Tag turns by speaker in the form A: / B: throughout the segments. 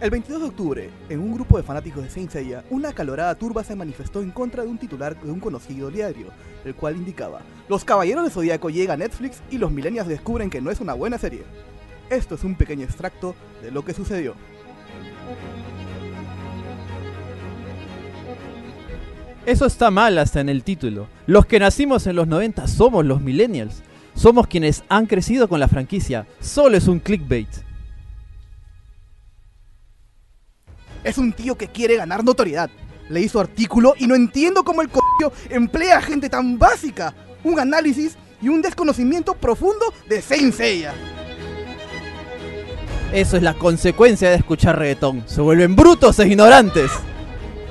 A: El 22 de octubre, en un grupo de fanáticos de Saint Seiya, una acalorada turba se manifestó en contra de un titular de un conocido diario, el cual indicaba: Los Caballeros del Zodíaco llega a Netflix y los millennials descubren que no es una buena serie. Esto es un pequeño extracto de lo que sucedió.
B: Eso está mal hasta en el título. Los que nacimos en los 90 somos los millennials. Somos quienes han crecido con la franquicia. Solo es un clickbait.
A: Es un tío que quiere ganar notoriedad. Leí su artículo y no entiendo cómo el c emplea a gente tan básica. Un análisis y un desconocimiento profundo de Saint Seiya.
B: Eso es la consecuencia de escuchar reggaetón. Se vuelven brutos e ignorantes.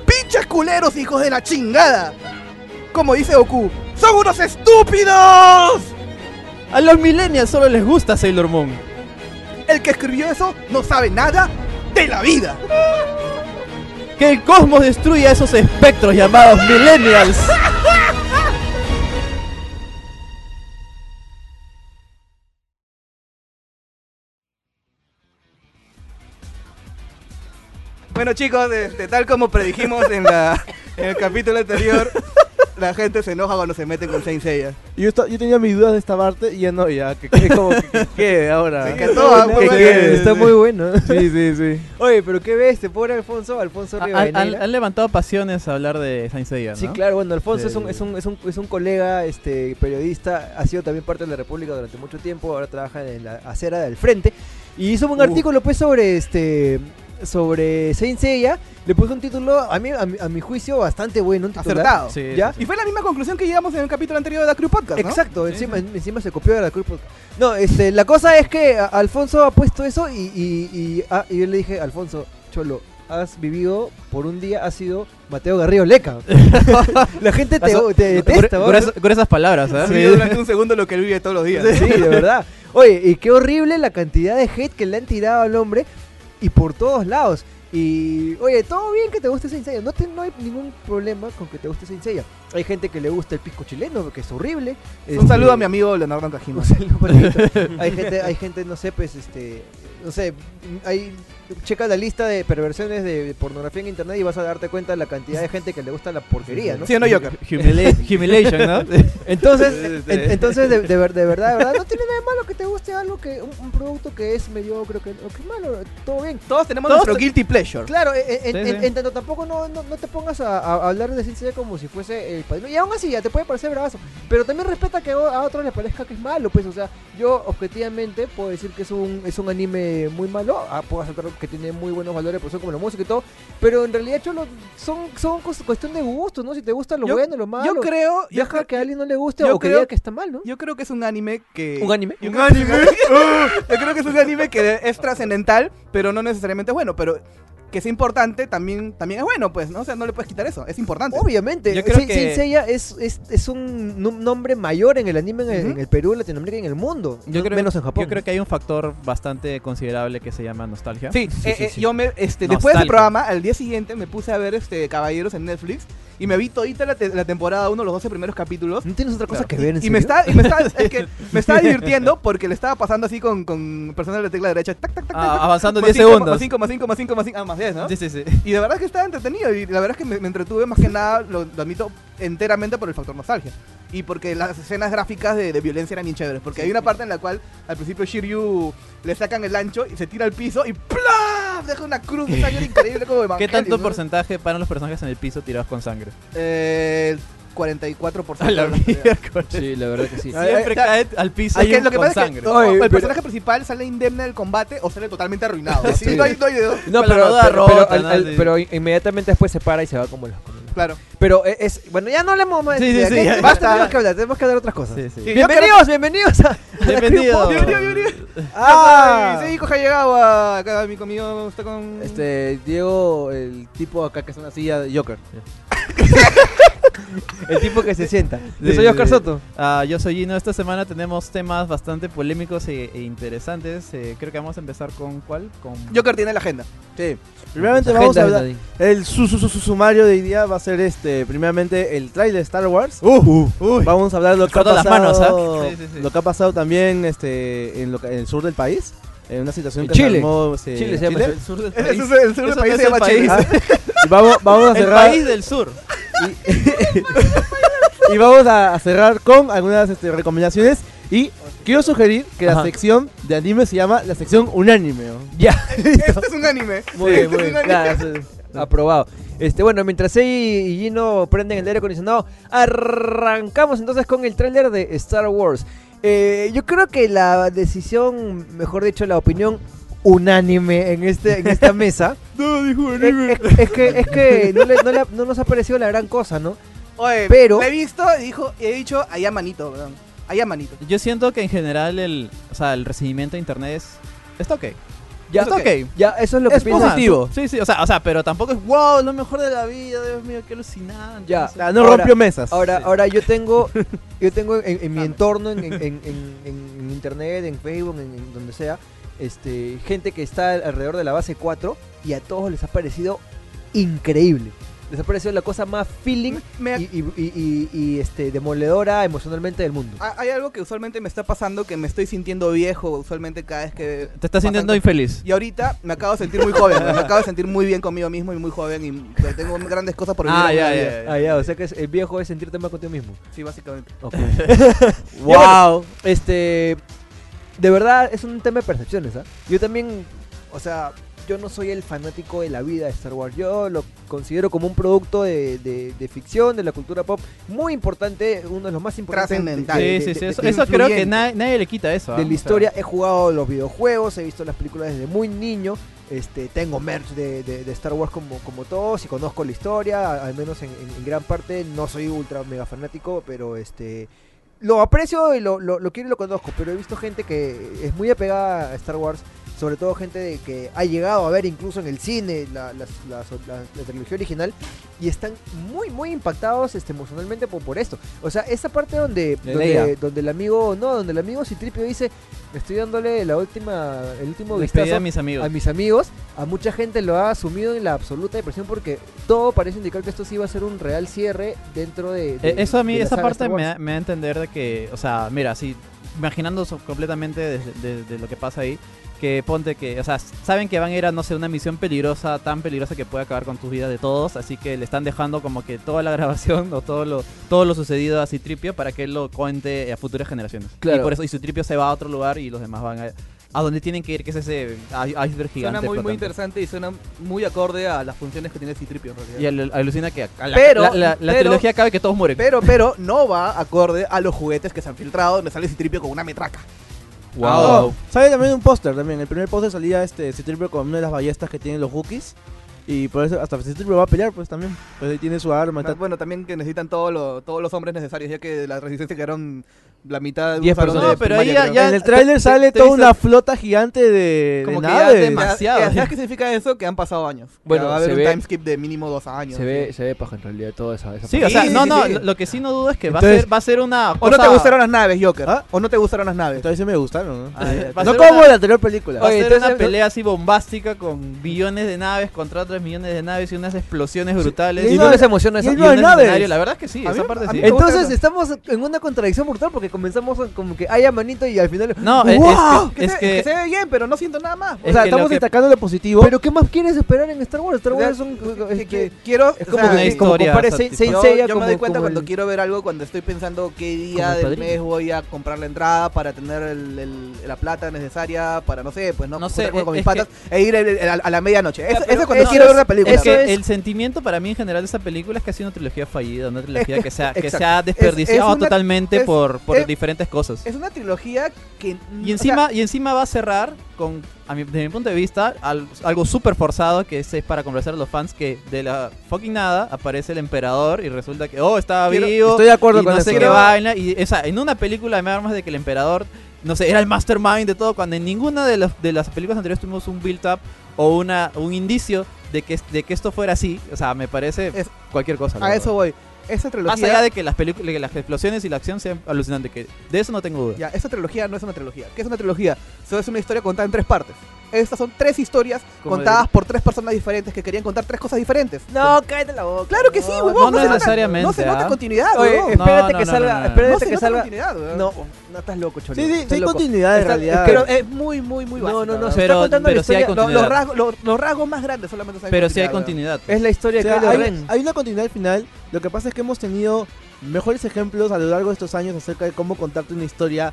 A: ¡Pinches culeros, hijos de la chingada! Como dice Goku, ¡son unos estúpidos!
B: A los millennials solo les gusta Sailor Moon.
A: El que escribió eso no sabe nada de la vida.
B: Que el cosmos destruya esos espectros llamados millennials.
A: Bueno chicos, este, tal como predijimos en, la, en el capítulo anterior, la gente se enoja cuando se mete con Saint Seiya.
C: Yo, esta- yo tenía mis dudas de esta parte y ya no, ya, que, que como que, que quede ahora.
A: Sí, que todo,
C: Que
A: muy bueno.
C: quede.
D: Está muy bueno.
C: Sí, sí, sí.
D: Oye, pero qué ves, este pobre Alfonso, Alfonso
B: Han, han-
D: Rivadeneira.
B: han levantado pasiones a hablar de Saint Seiya, ¿no?
D: Sí, claro, bueno, Alfonso es, un,
B: Del-
D: es, un, es, un, es un colega este, periodista, ha sido también parte de la República durante mucho tiempo, ahora trabaja en la acera del frente, y hizo un
B: Uh.
D: artículo pues sobre este sobre Saint Seiya, le puso un título, a mí a, mi- a mi juicio, bastante bueno, un titular.
A: Acertado.
B: Sí,
D: ¿Ya?
B: sí,
A: Y fue la misma conclusión que llegamos en el capítulo anterior de la Crew Podcast, ¿no?
D: Exacto, encima, encima se copió de la Cruz Podcast. No, este, la cosa es que a- Alfonso ha puesto eso y, y, y- ah, y yo le dije, Alfonso, Cholo, has vivido por un día, has sido Mateo Garrido Leca. la gente te,
B: Eso-
D: te
B: sí.
D: detesta,
B: Gru-
D: ¿va?
A: e,
B: gruesas- gruesas palabras, ¿eh?
A: Ha sido durante un segundo lo que él vive todos los días.
D: Sí, de verdad. Oye, y qué horrible la cantidad de hate que le han tirado al hombre y por todos lados. Y, oye, todo bien que te guste Saint Seiya. No, te- no hay ningún problema con que te guste Saint Seiya. Hay gente que le gusta el pisco chileno, que es horrible.
A: Un saludo a mi amigo Leonardo Cajino.
D: Un saludo para Víctor. hay gente, hay gente, no sé, pues, este, no sé, hay, checa la lista de perversiones de pornografía en internet y vas a darte cuenta de la cantidad de gente que le gusta la porquería, ¿no?
A: ¿Sí o no, Joker?
B: Humili- humiliation, ¿no?
D: Entonces, en- entonces de, de ver- de verdad, de verdad, no tiene nada de malo que te guste algo que un, un producto que es mediocre, que, o que es malo, todo bien.
A: Todos tenemos
B: Todos
A: nuestro
B: te-
A: guilty pleasure.
D: Claro, en, en-
B: Sí, sí.
D: en- en tanto tampoco no, no, no te pongas a, a hablar de ciencia como si fuese el padrino. Y aún así, ya te puede parecer bravazo. Pero también respeta que o- a otros les parezca que es malo. Pues, o sea, yo objetivamente puedo decir que es un, es un anime muy malo. Ah, puedo aceptar que tiene muy buenos valores, por eso como la música y todo. Pero en realidad, Cholo, son, son cos- cuestión de gusto, ¿no? Si te gusta lo
A: Yo-
D: bueno, lo malo.
A: Yo creo, yo,
D: Deja
A: creo-
D: que a alguien no le guste
A: yo
D: o que
A: creo-
D: diga que está mal, ¿no?
A: yo creo que es un anime que...
D: anime? ¡Ah!
A: Yo creo- yo creo que es un anime que es trascendental, pero no necesariamente es bueno, pero que es importante también, también es bueno, pues, ¿no? O sea, no le puedes quitar eso, es importante.
D: Obviamente,
B: Yo creo
D: Sin-
B: que-
D: Saint Seiya es, es, es un nom- nombre mayor en el anime en el,
A: Ujú.
D: en el Perú, en Latinoamérica y en el mundo.
B: Yo
D: No-
B: creo-
D: menos en Japón.
B: Yo creo que hay un factor bastante considerable que se llama nostalgia.
A: Sí, eh,
B: sí,
A: eh,
B: sí.
A: yo me, este,
B: Nostálgico.
A: después del programa, al día siguiente me puse a ver este Caballeros en Netflix y me vi todita la, te- la temporada 1, los 12 primeros capítulos.
D: ¿No tienes otra cosa
B: Claro.
D: que ver en
A: Y me,
D: serio?
A: está, y me está, es que me estaba divirtiendo porque le estaba pasando así con, con personas de la tecla derecha. Tac, tac, tac,
B: Ah,
A: tac,
B: avanzando
A: más Pues
B: 10
A: cinco,
B: segundos.
A: Más 5, más 5, más 5, más 5, ah, más 10, ¿no?
B: Sí, sí, sí.
A: Y de verdad que estaba entretenido y la verdad es que me, me entretuve más que nada, lo, lo admito enteramente por el factor nostalgia. Y porque las escenas gráficas de, de violencia eran bien chéveres. Porque hay una parte en la cual al principio Shiryu le sacan el ancho y se tira al piso y ¡plaf! Deja una cruz de sangre increíble como de
B: ¿Qué tanto porcentaje paran los personajes en el piso tirados con sangre?
A: Eh, el 44%.
B: A la
A: de las peleas.
D: Eh,
E: Sí, la verdad que sí.
D: Ay, ay,
B: Siempre cae al piso
A: Es Ah, que lo que
B: con
A: pasa es
B: sangre.
A: que o- o
D: Oye,
A: el
D: pero-
A: personaje principal sale indemne del combate o sale totalmente arruinado. Así no hay, no hay de dos.
B: con la rueda rota, ¿no? Sí.
E: pero in- inmediatamente después se para y se va como los. como los-
A: Claro.
D: Pero e- es, bueno, ya no hablemos más.
B: Sí,
D: de-
B: sí,
D: de-
B: sí,
D: de-
B: ya.
A: Ya.
D: Basta, tenemos que hablar, tenemos que hablar de otras cosas.
B: Sí, sí.
A: Sí, yo
D: Bienvenidos, bienvenidos a.
B: Bienvenido.
A: Bienvenido, bienvenido.
D: Ah,
A: Sí, Koji Hayagawa, acá mi conmigo, está con...
E: Este, Diego, el tipo acá que está en la silla de Joker.
D: el tipo que se sienta.
E: Yo
B: Sí,
E: soy
B: sí,
E: Oscar
B: sí.
E: Soto.
B: Ah, yo soy Gino. Esta semana tenemos temas bastante polémicos e, e interesantes. Eh, creo que vamos a empezar con ¿cuál? Con...
A: Joker tiene la agenda.
C: Sí. Primeramente vamos a hablar. El su, su- su- su- sumario de hoy día va a ser este. Primeramente el trailer de Star Wars.
B: Uh,
C: Vamos a hablar de lo que ha
B: Corto las
C: pasado.
B: manos, ¿ah? Sí, sí, sí.
C: Lo que ha pasado también este, en, lo que- en el sur del país. en una situación
D: En
C: que este,
D: Chile.
C: se armó, se-
D: Chile se llama el sur del
A: El
D: país.
A: sur, el sur del
B: Eso
A: país
B: no
A: se
B: es
A: llama
B: el país.
A: Chase.
C: Ah, Y vamos, vamos a
B: El
C: cerrar
B: país del sur.
C: y vamos a, a cerrar con algunas este, recomendaciones y quiero sugerir que la
D: Ajá.
C: sección de anime se llama la sección unánime. ¿no?
D: Ya,
A: Este es un anime.
D: Ah. muy
A: Este
D: bien,
A: es
D: muy
A: un
D: bien.
A: anime.
D: Ya, se- aprobado. Este, bueno, mientras Sei y Gino prenden el aire acondicionado, arrancamos entonces con el tráiler de Star Wars. Eh, yo creo que la decisión, mejor dicho, la opinión unánime en, este, en esta mesa es, es- es que, es que no, le- no le ha- no nos ha parecido la gran cosa, ¿no?
A: Oye,
D: Pero-
A: la he visto y dijo, y he dicho, allá manito, perdón. Allá manito.
B: Yo siento que en general el, o sea, el recibimiento de internet es, está ok.
D: Ya,
B: está ok.
D: Ya, eso es lo que
B: Es
D: pienso.
B: positivo. Sí, sí, o sea, o sea, pero tampoco es wow, lo mejor de la vida, Dios mío, qué alucinante.
D: Ya.
B: no
D: ah,
C: O
B: sé.
C: sea, no
D: Ahora-
C: rompió mesas.
D: Ahora,
B: Sí.
D: ahora yo tengo, yo tengo en, en mi entorno, en, en- en- en- en- en internet, en Facebook, en, en donde sea, este, gente que está alrededor de la base 4 y a todos les ha parecido increíble. Les ha parecido la cosa más feeling
A: Me-
D: y, y- y- y- y, este, demoledora emocionalmente del mundo.
A: ha- Hay algo que usualmente me está pasando que me estoy sintiendo viejo usualmente cada vez que...
B: Te estás sintiendo
A: pasan cosas.
B: infeliz.
A: Y ahorita me acabo de sentir muy joven, me acabo de sentir muy bien conmigo mismo y muy joven y tengo grandes cosas por vivir.
B: Ah,
A: en la
B: ya,
A: vida.
B: ya, ya.
D: Ah, ya, o sea que es- el viejo es sentirte mal contigo mismo.
A: Sí, básicamente.
D: wow. este, de verdad es un tema de percepciones, ¿ah? Yo también, o sea, yo no soy el fanático de la vida de Star Wars. Yo lo considero como un producto de, de- de ficción, de la cultura pop, muy importante, uno de los más importantes. de-
A: Trascendental.
D: de-
B: Sí, sí,
D: de-
B: sí.
D: de-
B: Eso,
D: de-
B: eso creo que
A: influyente.
B: nadie, nadie le quita eso. ¿ah?
D: de
B: O
D: la
B: sea,
D: historia. He jugado los videojuegos, he visto las películas desde muy niño. Este, tengo merch de, de- de Star Wars como, como todos y conozco la historia, a- al menos en, en- en gran parte. No soy ultra mega fanático, pero este lo aprecio y lo, lo, lo quiero y lo conozco. Pero he visto gente que es muy apegada a Star Wars, sobre todo gente de que ha llegado a ver incluso en el cine la, las- las- la- la trilogía original y están muy, muy impactados este, emocionalmente por, por esto. O sea, esa parte donde,
B: De
D: donde,
B: Leia.
D: donde el amigo, no, donde el amigo Citripio dice, estoy dándole la última, el último
B: Despedida
D: vistazo
B: a mis amigos.
D: a mis amigos, a mucha gente lo ha asumido en la absoluta depresión porque todo parece indicar que esto sí iba a ser un real cierre dentro de... de-
B: Eh, Eso a mí,
D: de la
B: esa
D: saga
B: parte
D: Star Wars.
B: me, da- me da a entender de que, o sea, mira, así, imaginando so- completamente desde- de, de lo que pasa ahí, que ponte que, o sea, s- saben que van a ir a, no sé, una misión peligrosa, tan peligrosa que puede acabar con tus vidas de todos, así que le están dejando como que toda la grabación o todo lo, todo lo sucedido a Citripio para que él lo cuente a futuras generaciones.
D: Claro.
B: Y por eso, y Citripio se va a otro lugar y los demás van a, a donde tienen que ir, que es ese i- iceberg gigante.
A: Suena muy, muy
B: flotante.
A: interesante y suena muy acorde a las funciones que tiene Citripio en realidad.
B: Y al- alucina que a la,
A: Pero-
B: la, la- la
A: pero-
B: trilogía acaba y que todos mueren.
A: Pero, pero, no va acorde a los juguetes que se han filtrado donde sale Citripio con una metraca.
C: Wow.
D: Oh.
C: Sale Oh, también un póster también. El primer póster salía este Citripio con una de las ballestas que tienen los Wookiees. Y por eso hasta Citripio va a pelear pues también. Pues ahí tiene su
B: Ah,
C: arma. está-
A: Ah, Bueno, también que necesitan todo lo- todos los hombres necesarios, ya que de la resistencia quedaron la mitad de un
C: Diez
A: salón
C: personas.
A: de
B: No, pero ahí
A: primaria,
B: ya-
A: creo.
B: ya-
C: en el tráiler
B: te-
C: sale
B: te
C: toda
B: dicen-
C: una flota gigante de,
A: Como
C: de
A: que ya
C: naves.
A: dema-
B: demasiado.
A: ya- ¿Sabes qué significa eso? Que han pasado años. Bueno,
D: Bueno,
A: va a haber
D: se
A: un
D: ve-
A: time skip de mínimo dos años.
D: Se ve, se ve paja en realidad toda esa... esa
B: Sí,
D: parte.
B: o sea,
A: Sí,
B: no,
A: sí,
B: no,
A: sí.
B: lo- lo que sí no dudo es que va a
C: Entonces-
B: ser, va a ser una
A: O no te
B: cosa-
A: gustaron las naves, Joker.
C: ¿Ah?
A: O no te gustaron las naves.
C: Entonces sí me gustaron. ¿no?
B: Ah, ya, va a
C: no
B: ser
C: como
B: una-
C: la anterior película.
B: Va a
D: Oye,
B: ser
D: entonces,
B: una
D: ¿no?
B: pelea así bombástica con billones de naves contra otros millones de naves y unas explosiones brutales.
D: Y
C: Y
D: no
C: no-
D: les emociona esa
C: y
B: y un
C: no hay naves.
B: escenario, La verdad es que sí,
A: A
B: esa
A: mí-
B: parte
A: a
B: sí.
A: mí-
B: Eh,
D: Entonces
A: Puta.
D: estamos en una contradicción brutal porque comenzamos como que haya manito y al final...
B: No, eh,
D: ¡Wow!
B: es que, es
A: se,
B: que-
A: se ve bien, pero no siento nada más.
B: es que
C: o sea,
B: lo
C: estamos
B: que-
C: destacando lo positivo.
D: Pero ¿qué más quieres esperar en Star Wars? Star Wars es un...
A: Que-
D: este,
A: que quiero.
D: es
A: o
D: como
A: sea,
B: una
D: que- como
B: historia
D: compare
B: satisfa-
D: Saint
A: Yo,
D: Seiya
A: yo
D: como-
A: me doy cuenta
D: como
A: cuando
D: el-
A: quiero ver algo, cuando estoy pensando qué día
D: Como el
A: del
D: padrino.
A: mes voy a comprar la entrada para tener el- el- la plata necesaria para, no sé, pues no,
B: No sé, eh,
A: juntarme con
B: es
A: mis patas e ir el- el- a, la medianoche. Eso,
D: pero
A: eso es cuando
D: eso
A: quiero
D: es-
A: ver una película.
B: es que
D: Eso es-
B: el sentimiento para mí en general de esa película es que ha sido una trilogía fallida, una trilogía que se ha, que se
A: exacto.
B: ha desperdiciado
A: es una-
B: totalmente
A: es-
B: por, por
A: es-
B: diferentes cosas.
A: Es una trilogía que.
B: Y encima, y encima va a cerrar con, a mi- desde mi punto de vista, al- algo súper forzado que es, es para convencer a los fans que de la fucking nada aparece el emperador y resulta que, oh, estaba
A: Quiero-
B: vivo.
C: Estoy de acuerdo
B: y
C: con
B: no
C: eso.
B: sé qué
C: Quiero-
B: vaina. Y esa, en una película me armas de que el emperador, no sé, era el mastermind de todo, cuando en ninguna de, las- de las películas anteriores tuvimos un build-up o una, un indicio de que, de que esto fuera así. O sea, me parece
A: Es-
B: cualquier cosa. la
A: A
B: verdad.
A: eso voy. esta
B: Más
A: trilogía.
B: allá de que las, pelicu- de que las explosiones y la acción sean alucinantes, que de eso no tengo duda.
A: Ya, esta trilogía no es una trilogía. ¿Qué es una trilogía? Solo es una historia contada en tres partes. Estas son tres historias
B: Como
A: contadas
B: de-
A: por tres personas diferentes que querían contar tres cosas diferentes.
D: No, cállate la boca.
A: Claro que sí, huevón.
B: no
A: se nota-
B: necesariamente,
A: no se nota
B: ¿ah?
A: continuidad,
D: Oye,
A: huevón.
B: no,
D: espérate
B: no,
D: que
B: no,
D: salga.
B: no, no.
D: espérate
A: no se
D: que
A: nota
D: salga.
A: continuidad, huevón.
D: No, no estás loco, cholo.
C: Sí, sí,
D: estás
C: sí hay
D: loco.
C: continuidad en
D: Está-
C: realidad.
A: Pero es muy, muy, muy
D: No,
A: básica,
D: no, no.
A: huevón.
D: se está
B: Pero-
D: contando la
B: pero sí hay
D: historia-
A: Lo- los,
B: continuidad.
A: rasgos, los, los rasgos más grandes solamente son
B: Pero sí hay
A: continuidad,
B: continuidad.
D: Es la historia
C: O sea,
D: de Kylo
C: hay,
D: Ren.
C: hay una continuidad al final. Lo que pasa es que hemos tenido mejores ejemplos a lo largo de estos años acerca de cómo contarte una historia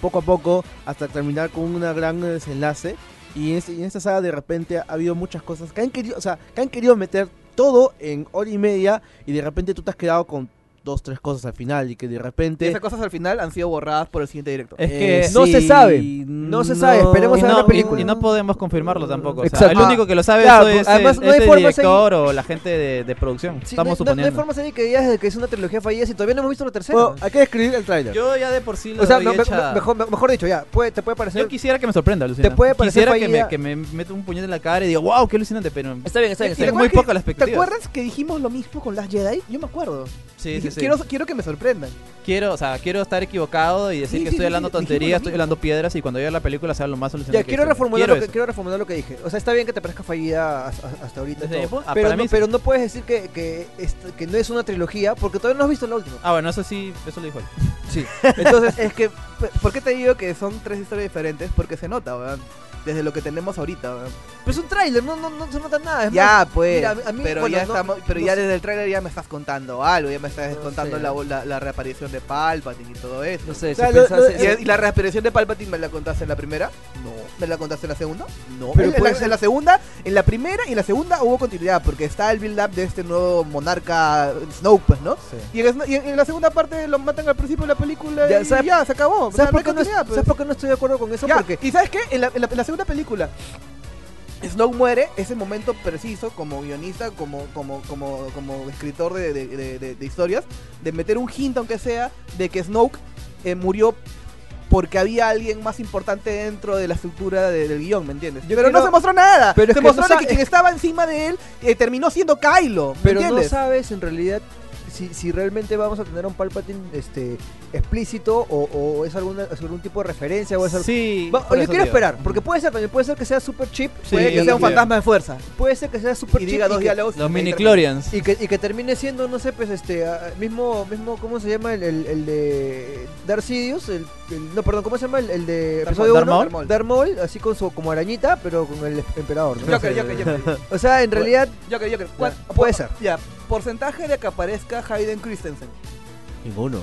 C: poco a poco hasta terminar con un gran desenlace. Y en, este- y en esta saga de repente ha habido muchas cosas que han querido, o sea, que han querido meter todo en hora y media y de repente tú te has quedado con dos, tres cosas al final y que de
A: huevón. Y
C: repente... eh,
A: esas cosas al final han sido borradas por el siguiente directo.
D: Eh,
B: Es que
D: no se sabe, no se sabe, esperemos
B: y
D: a ver
B: no,
D: la película.
B: Y, y no podemos confirmarlo tampoco. o sea,
D: Exacto.
B: el único que lo sabe
D: Claro, pues,
B: eso es
D: además
B: el,
D: no hay
B: es el
D: forma de
B: director o la gente de, de producción.
D: Sí,
B: Estamos
D: no, no- no
B: suponiendo.
D: hay forma seria que digas de que es una trilogía fallida si todavía no hemos visto la tercera.
C: Bueno, hay que describir el tráiler.
B: Yo ya de por sí lo
D: o sea,
B: doy
D: me- me-
B: hecha-
D: mejor, me- mejor dicho, ya, puede- te puede
B: Yo
D: parecer.
B: quisiera que me sorprenda, Lucina.
D: Te puede parecer
B: quisiera que me,
D: fallida.
B: que me meta un puñete en la cara y diga, wow, qué alucinante, pero
D: Está bien, está
A: bien, está
B: tengo
A: bien.
B: muy poca la
A: ¿Te
B: expectativa.
A: acuerdas que dijimos lo mismo con las Jedi? Yo me acuerdo.
B: Sí, sí,
A: Dije, Quiero,
B: sí. Quiero,
A: quiero que me sorprendan.
B: o sea, quiero estar equivocado y decir
A: Sí,
B: que
A: sí,
B: estoy
A: sí,
B: hablando
A: sí, dijimos lo
B: tonterías, estoy
A: mismo.
B: hablando piedras y cuando llegue la película sea lo más alucinante
D: Ya,
B: que
D: quiero
B: existe.
D: reformular,
B: Quiero
D: lo que,
B: eso.
D: quiero reformular lo que dije. O sea, está bien que te parezca fallida as- as- hasta ahorita. y
B: Desde mi
D: todo,
B: punto- ah,
D: pero,
B: para
D: no,
B: mí sí.
D: pero no puedes decir que, que, est- que no es una trilogía porque todavía no has visto la última.
B: Ah, bueno, eso sí, eso lo dijo él.
A: Entonces, es que, p- ¿por qué te digo que son tres historias diferentes? Porque se nota, weón. Desde lo que tenemos ahorita, weón.
D: Ah, Pero es un tráiler, no, no, no se nota nada. Es más,
A: Ya, pues.
D: mira, a mí-
A: pero
D: bueno,
A: ya
D: no-
A: estamos, pero
D: no
A: ya
D: sé.
A: desde el tráiler ya me estás contando algo, ya me estás
D: No
A: contando
D: sé.
A: la, la- la reaparición de Palpatine y todo eso.
D: no sé,
C: O sea,
D: si
C: lo-
D: pensás-
C: lo-
A: ¿Y, y la reaparición de Palpatine me la contaste en la primera? No. ¿Me la contaste en la segunda? No.
C: Pero
A: Pero en,
C: puede-
A: la, en la segunda, en la primera y en la segunda hubo continuidad, porque está el build-up de este nuevo monarca Snoke, pues, ¿no? Y en, y en- en la segunda parte lo matan al principio de la película
D: Ya,
A: y
D: ¿sabes-
A: ya, se acabó.
D: ¿Sabes por,
A: qué
D: qué no, pues? ¿Sabes por qué no estoy de acuerdo con eso?
A: Ya,
D: Porque
A: Y sabes qué? En la, en la- en la segunda película, Snow muere, ese momento preciso como guionista, como, como, como, como escritor de, de- de- de- de historias, de meter un hint, aunque sea, de que Snoke eh, murió porque había alguien más importante dentro de la estructura de- del guión, ¿me entiendes?
D: Yo
A: pero
D: quiero-
A: no se mostró nada.
D: Pero es
A: se
D: que
A: mostró
D: no
A: de
D: sa-
A: que quien estaba encima de él eh, terminó siendo Kylo, ¿me
D: Pero
A: entiendes?
D: no sabes en realidad si, si realmente vamos a tener a un Palpatine este, explícito o, o es, alguna, es algún tipo de referencia o es algo-
B: Sí.
D: Va-
B: por
D: yo
B: eso
D: quiero
B: digo.
D: esperar, porque puede ser también, puede ser que sea super chip,
B: Sí,
A: Puede que sea un
B: sí.
A: fantasma de fuerza.
D: puede ser que sea super
A: Y
D: chip
A: diga dos
D: que-
A: diálogos.
B: Los
A: y-
B: mini Clorians.
D: y que, y que termine siendo, no sé, pues este, ah, mismo, mismo, ¿cómo se llama? El, el, el de Darth Sidious, el, el- no, perdón, ¿cómo se llama? El, el de
A: Darth
D: episodio
B: Maul.
D: 1,
B: Darth
A: Maul.
D: Darth Maul, así con su, como arañita, pero con el emperador, ¿no?
A: Joker, Joker, Joker.
D: O sea, en realidad,
A: Yo creo, yo creo. ¿Cuál-
D: Ya,
A: po-
D: puede ser.
A: Ya, porcentaje de que aparezca Hayden Christensen.
C: Ninguno.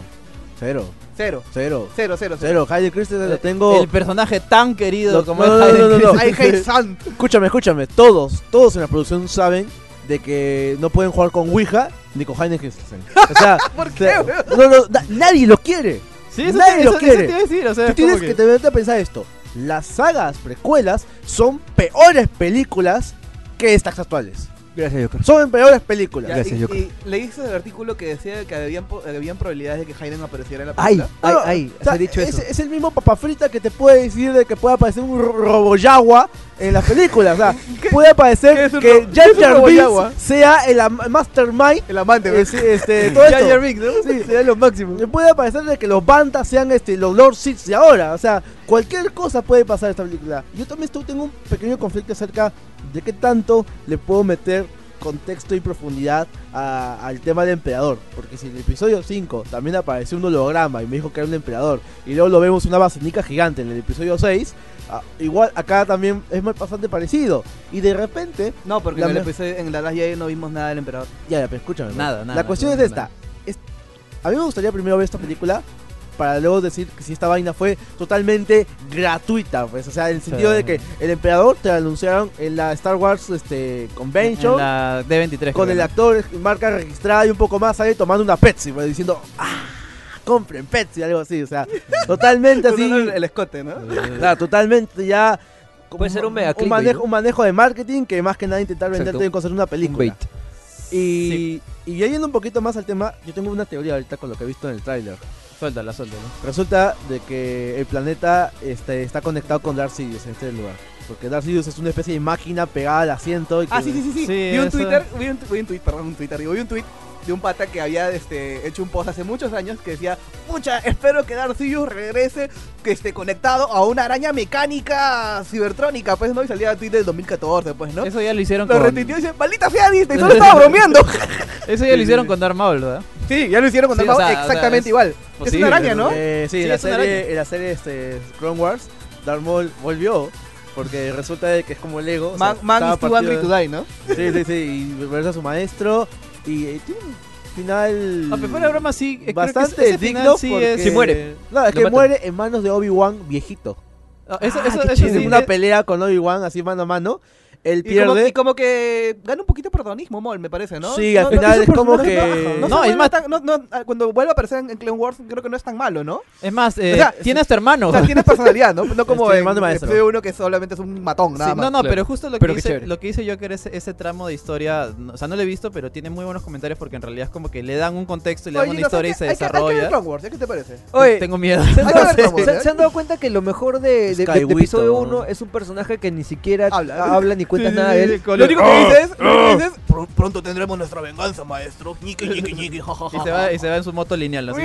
C: Cero.
A: Cero.
C: Cero.
A: Cero, cero, cero.
C: Cero. Hayden Christensen lo tengo...
B: El personaje tan querido
C: Lo-
B: como
C: no,
B: es
C: no, no,
B: Hayden
C: no, no.
B: Christensen.
A: I hate Sun.
C: Escúchame, escúchame. Todos, todos en la producción saben de que no pueden jugar con Ouija ni con Hayden Christensen. O sea,
A: ¿Por
C: o
A: qué,
C: sea,
A: weón?
C: no, no, na- nadie lo quiere.
B: Sí, eso,
C: Nadie
B: te-
C: lo
B: eso-
C: quiere.
B: eso te iba a decir, o sea,
C: Tú
B: es como
C: tienes que tenerte a pensar esto. Las sagas precuelas son peores películas que estas actuales.
D: gracias Joker.
C: Son peores películas.
A: Ya, y, y leíste el artículo que decía que habían, po- habían probabilidades de que Hayden apareciera en la
D: Ay,
A: película.
D: ay,
C: No,
D: ay,
C: O sea,
D: se ha dicho
C: es,
D: eso.
C: es el mismo papafrita que te puede decir de que puede aparecer un ro- roboyagua en las películas. O sea, puede
A: qué
C: aparecer
A: es un
C: que
A: ro- qué
C: Jar
A: es un
C: Jar
A: roboyagua?
C: Binks sea el am- mastermind.
A: El amante, ¿ves?
C: Este, este, todo esto. Sí.
D: Sería lo máximo.
C: Me Puede parecer de que los bandas sean este, los Lord Sith de ahora. O sea, cualquier cosa puede pasar en esta película. Yo también estoy- tengo un pequeño conflicto acerca de qué tanto le puedo meter contexto y profundidad a- al tema del emperador. Porque si en el episodio 5 también apareció un holograma y me dijo que era un emperador, y luego lo vemos una basenica gigante en el episodio 6, ah, igual acá también es bastante parecido. Y de repente
A: No, porque
C: La
A: en, el
C: me-
A: episodio, en la Last Jedi no vimos nada del emperador.
C: ya, ya, pero escúchame. pues.
B: Nada, nada,
C: La cuestión
B: nada,
C: es esta.
B: nada.
C: Es- a mí me gustaría primero ver esta película para luego decir que si esta vaina fue totalmente gratuita, pues, o sea, en el sentido
B: Sí.
C: de que el emperador te anunciaron en la Star Wars este convention
B: En la D23.
C: con
B: creo,
C: el
B: ¿no?
C: actor marca registrada y un poco más sale tomando una Pepsi, pues, diciendo, "Ah, compren Pepsi", algo así, o sea, totalmente así.
A: Usando el, el escote, ¿no?
C: Claro, totalmente ya.
D: Puede ser un mega clickbait,
C: manejo,
D: ¿no?
C: un manejo de marketing que más que nada intentar
D: Exacto.
C: venderte con ser una película.
D: bait.
C: Y, y ya yendo un poquito más al tema, yo tengo una teoría ahorita con lo que he visto en el tráiler.
B: Suéltala, suéltala.
C: Resulta de que el planeta este, está conectado con Darth Sidious en este lugar. Porque Darth Sidious es una especie de máquina pegada al asiento. Y que-
A: Ah, sí, sí, sí, sí.
B: Sí,
A: vi un
B: eso.
A: Twitter, vi un, vi un tweet, perdón, un Twitter, digo, vi un tweet de un pata que había este, hecho un post hace muchos años que decía, pucha, espero que Darcius regrese que esté conectado a una araña mecánica cibertrónica, pues no, y salía a Twitter del 2014, pues, ¿no?
B: Eso ya lo hicieron
A: Lo
B: con.
A: retuiteó y dice, maldita sea Disney, solo estaba bromeando.
B: Eso ya lo hicieron con Darth Maul, ¿verdad? Pues
A: sí, ya lo hicieron con
B: Sí,
A: Darth
B: o
A: Maul
B: sea, o sea,
A: exactamente
B: es
A: igual. es
B: posible,
A: una araña, ¿no?
C: Eh, sí,
B: Sí,
C: la
B: es una
C: serie, en la serie este, Clone Wars, Darth Maul volvió. Porque resulta de que es como Lego. o sea,
A: Man, man
C: cada
A: is too
C: partido-
A: angry to die, ¿no?
C: Sí, sí, sí. Y regresa a su maestro. Y, eh, tiene un final.
B: A pesar Ah, de broma, sí. eh, creo que
C: Bastante
B: ese final
C: digno.
B: sí
C: porque-
B: es-
F: Sí muere.
C: No, es
F: Lo
C: que
F: matan.
C: muere en manos de Obi-Wan viejito.
B: Ah, Eso,
C: Ah,
B: eso,
C: qué
B: eso
C: chévere.
B: sí,
C: una
B: eh,
C: pelea con Obi-Wan así mano a mano. Él
A: Y como,
C: pierde.
A: y como que gana un poquito de protagonismo, Maul, me parece, ¿no?
C: Sí,
A: No-
C: al
A: no-
C: final
A: su
C: es como
A: personaje
C: que-
A: No,
B: No, es
A: es
B: más-
A: más, cuando vuelve a aparecer en, en Clone Wars, creo que no es tan malo, ¿no?
B: Es más, eh,
A: O sea,
B: tiene hasta hermano.
A: O sea, tiene personalidad, ¿no? No como
C: Este,
A: en
C: mando maestro.
A: episodio uno que solamente es un matón,
B: Sí,
A: nada más.
B: no, no,
F: claro.
B: pero justo lo que,
F: Pero qué
B: dice,
F: chévere.
B: lo que dice Joker es ese tramo de historia. no- O sea, no lo he visto, pero tiene muy buenos comentarios porque en realidad es como que le dan un contexto y le dan
A: Oye,
B: una
A: no,
B: historia y
A: ¿sabes
B: se
A: qué? Hay que- Hay que ver
B: desarrolla.
A: Clone Wars, ¿eh? ¿qué te parece?
D: Oye,
B: Tengo miedo.
D: ¿se han, dado,
A: Hay que ver cómo,
D: se-
A: ¿eh?
D: se han dado cuenta que lo mejor de, de- de- de
C: Skywito.
D: episodio 1 es un personaje que ni siquiera
A: Habla.
D: habla, ni cuenta
B: Sí,
D: nada
B: sí,
D: de
B: sí,
D: él? Ah.
B: con
A: Lo
B: el-
A: único que dices, lo único que dices, "Pr- pronto tendremos nuestra venganza, maestro. Ñique, ñique, ñique, ja, ja,
B: Y
A: ja,
B: se,
A: ja".
B: va, y se va en su moto lineal. así.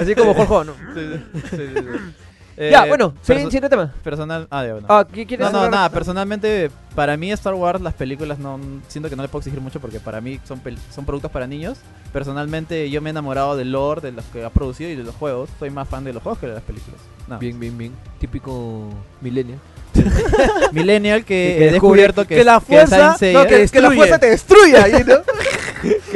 D: Así como Jorge, ¿no?
B: Sí, sí, sí, sí. Ah. Eh,
D: ya, bueno,
B: perso-
D: siguiente tema.
B: Personal. Ah, ya, bueno.
D: Ah, ¿qué quieres
B: No, no,
D: hablar?
B: nada, personalmente para mí Star Wars las películas no siento que no le puedo exigir mucho porque para mí son pel- son productos para niños. Personalmente yo me he enamorado del lore de los que ha producido y de los juegos. Soy más fan de los juegos que de las películas. No.
F: Bien, bien, bien. Típico milenio.
B: Millennial que,
F: Que- que
B: he descubierto que,
C: que la
B: que Saint
C: fuerza-
B: Seiya-
C: no,
A: Que, que la
C: Destruye.
A: fuerza te destruya, ahí, ¿no?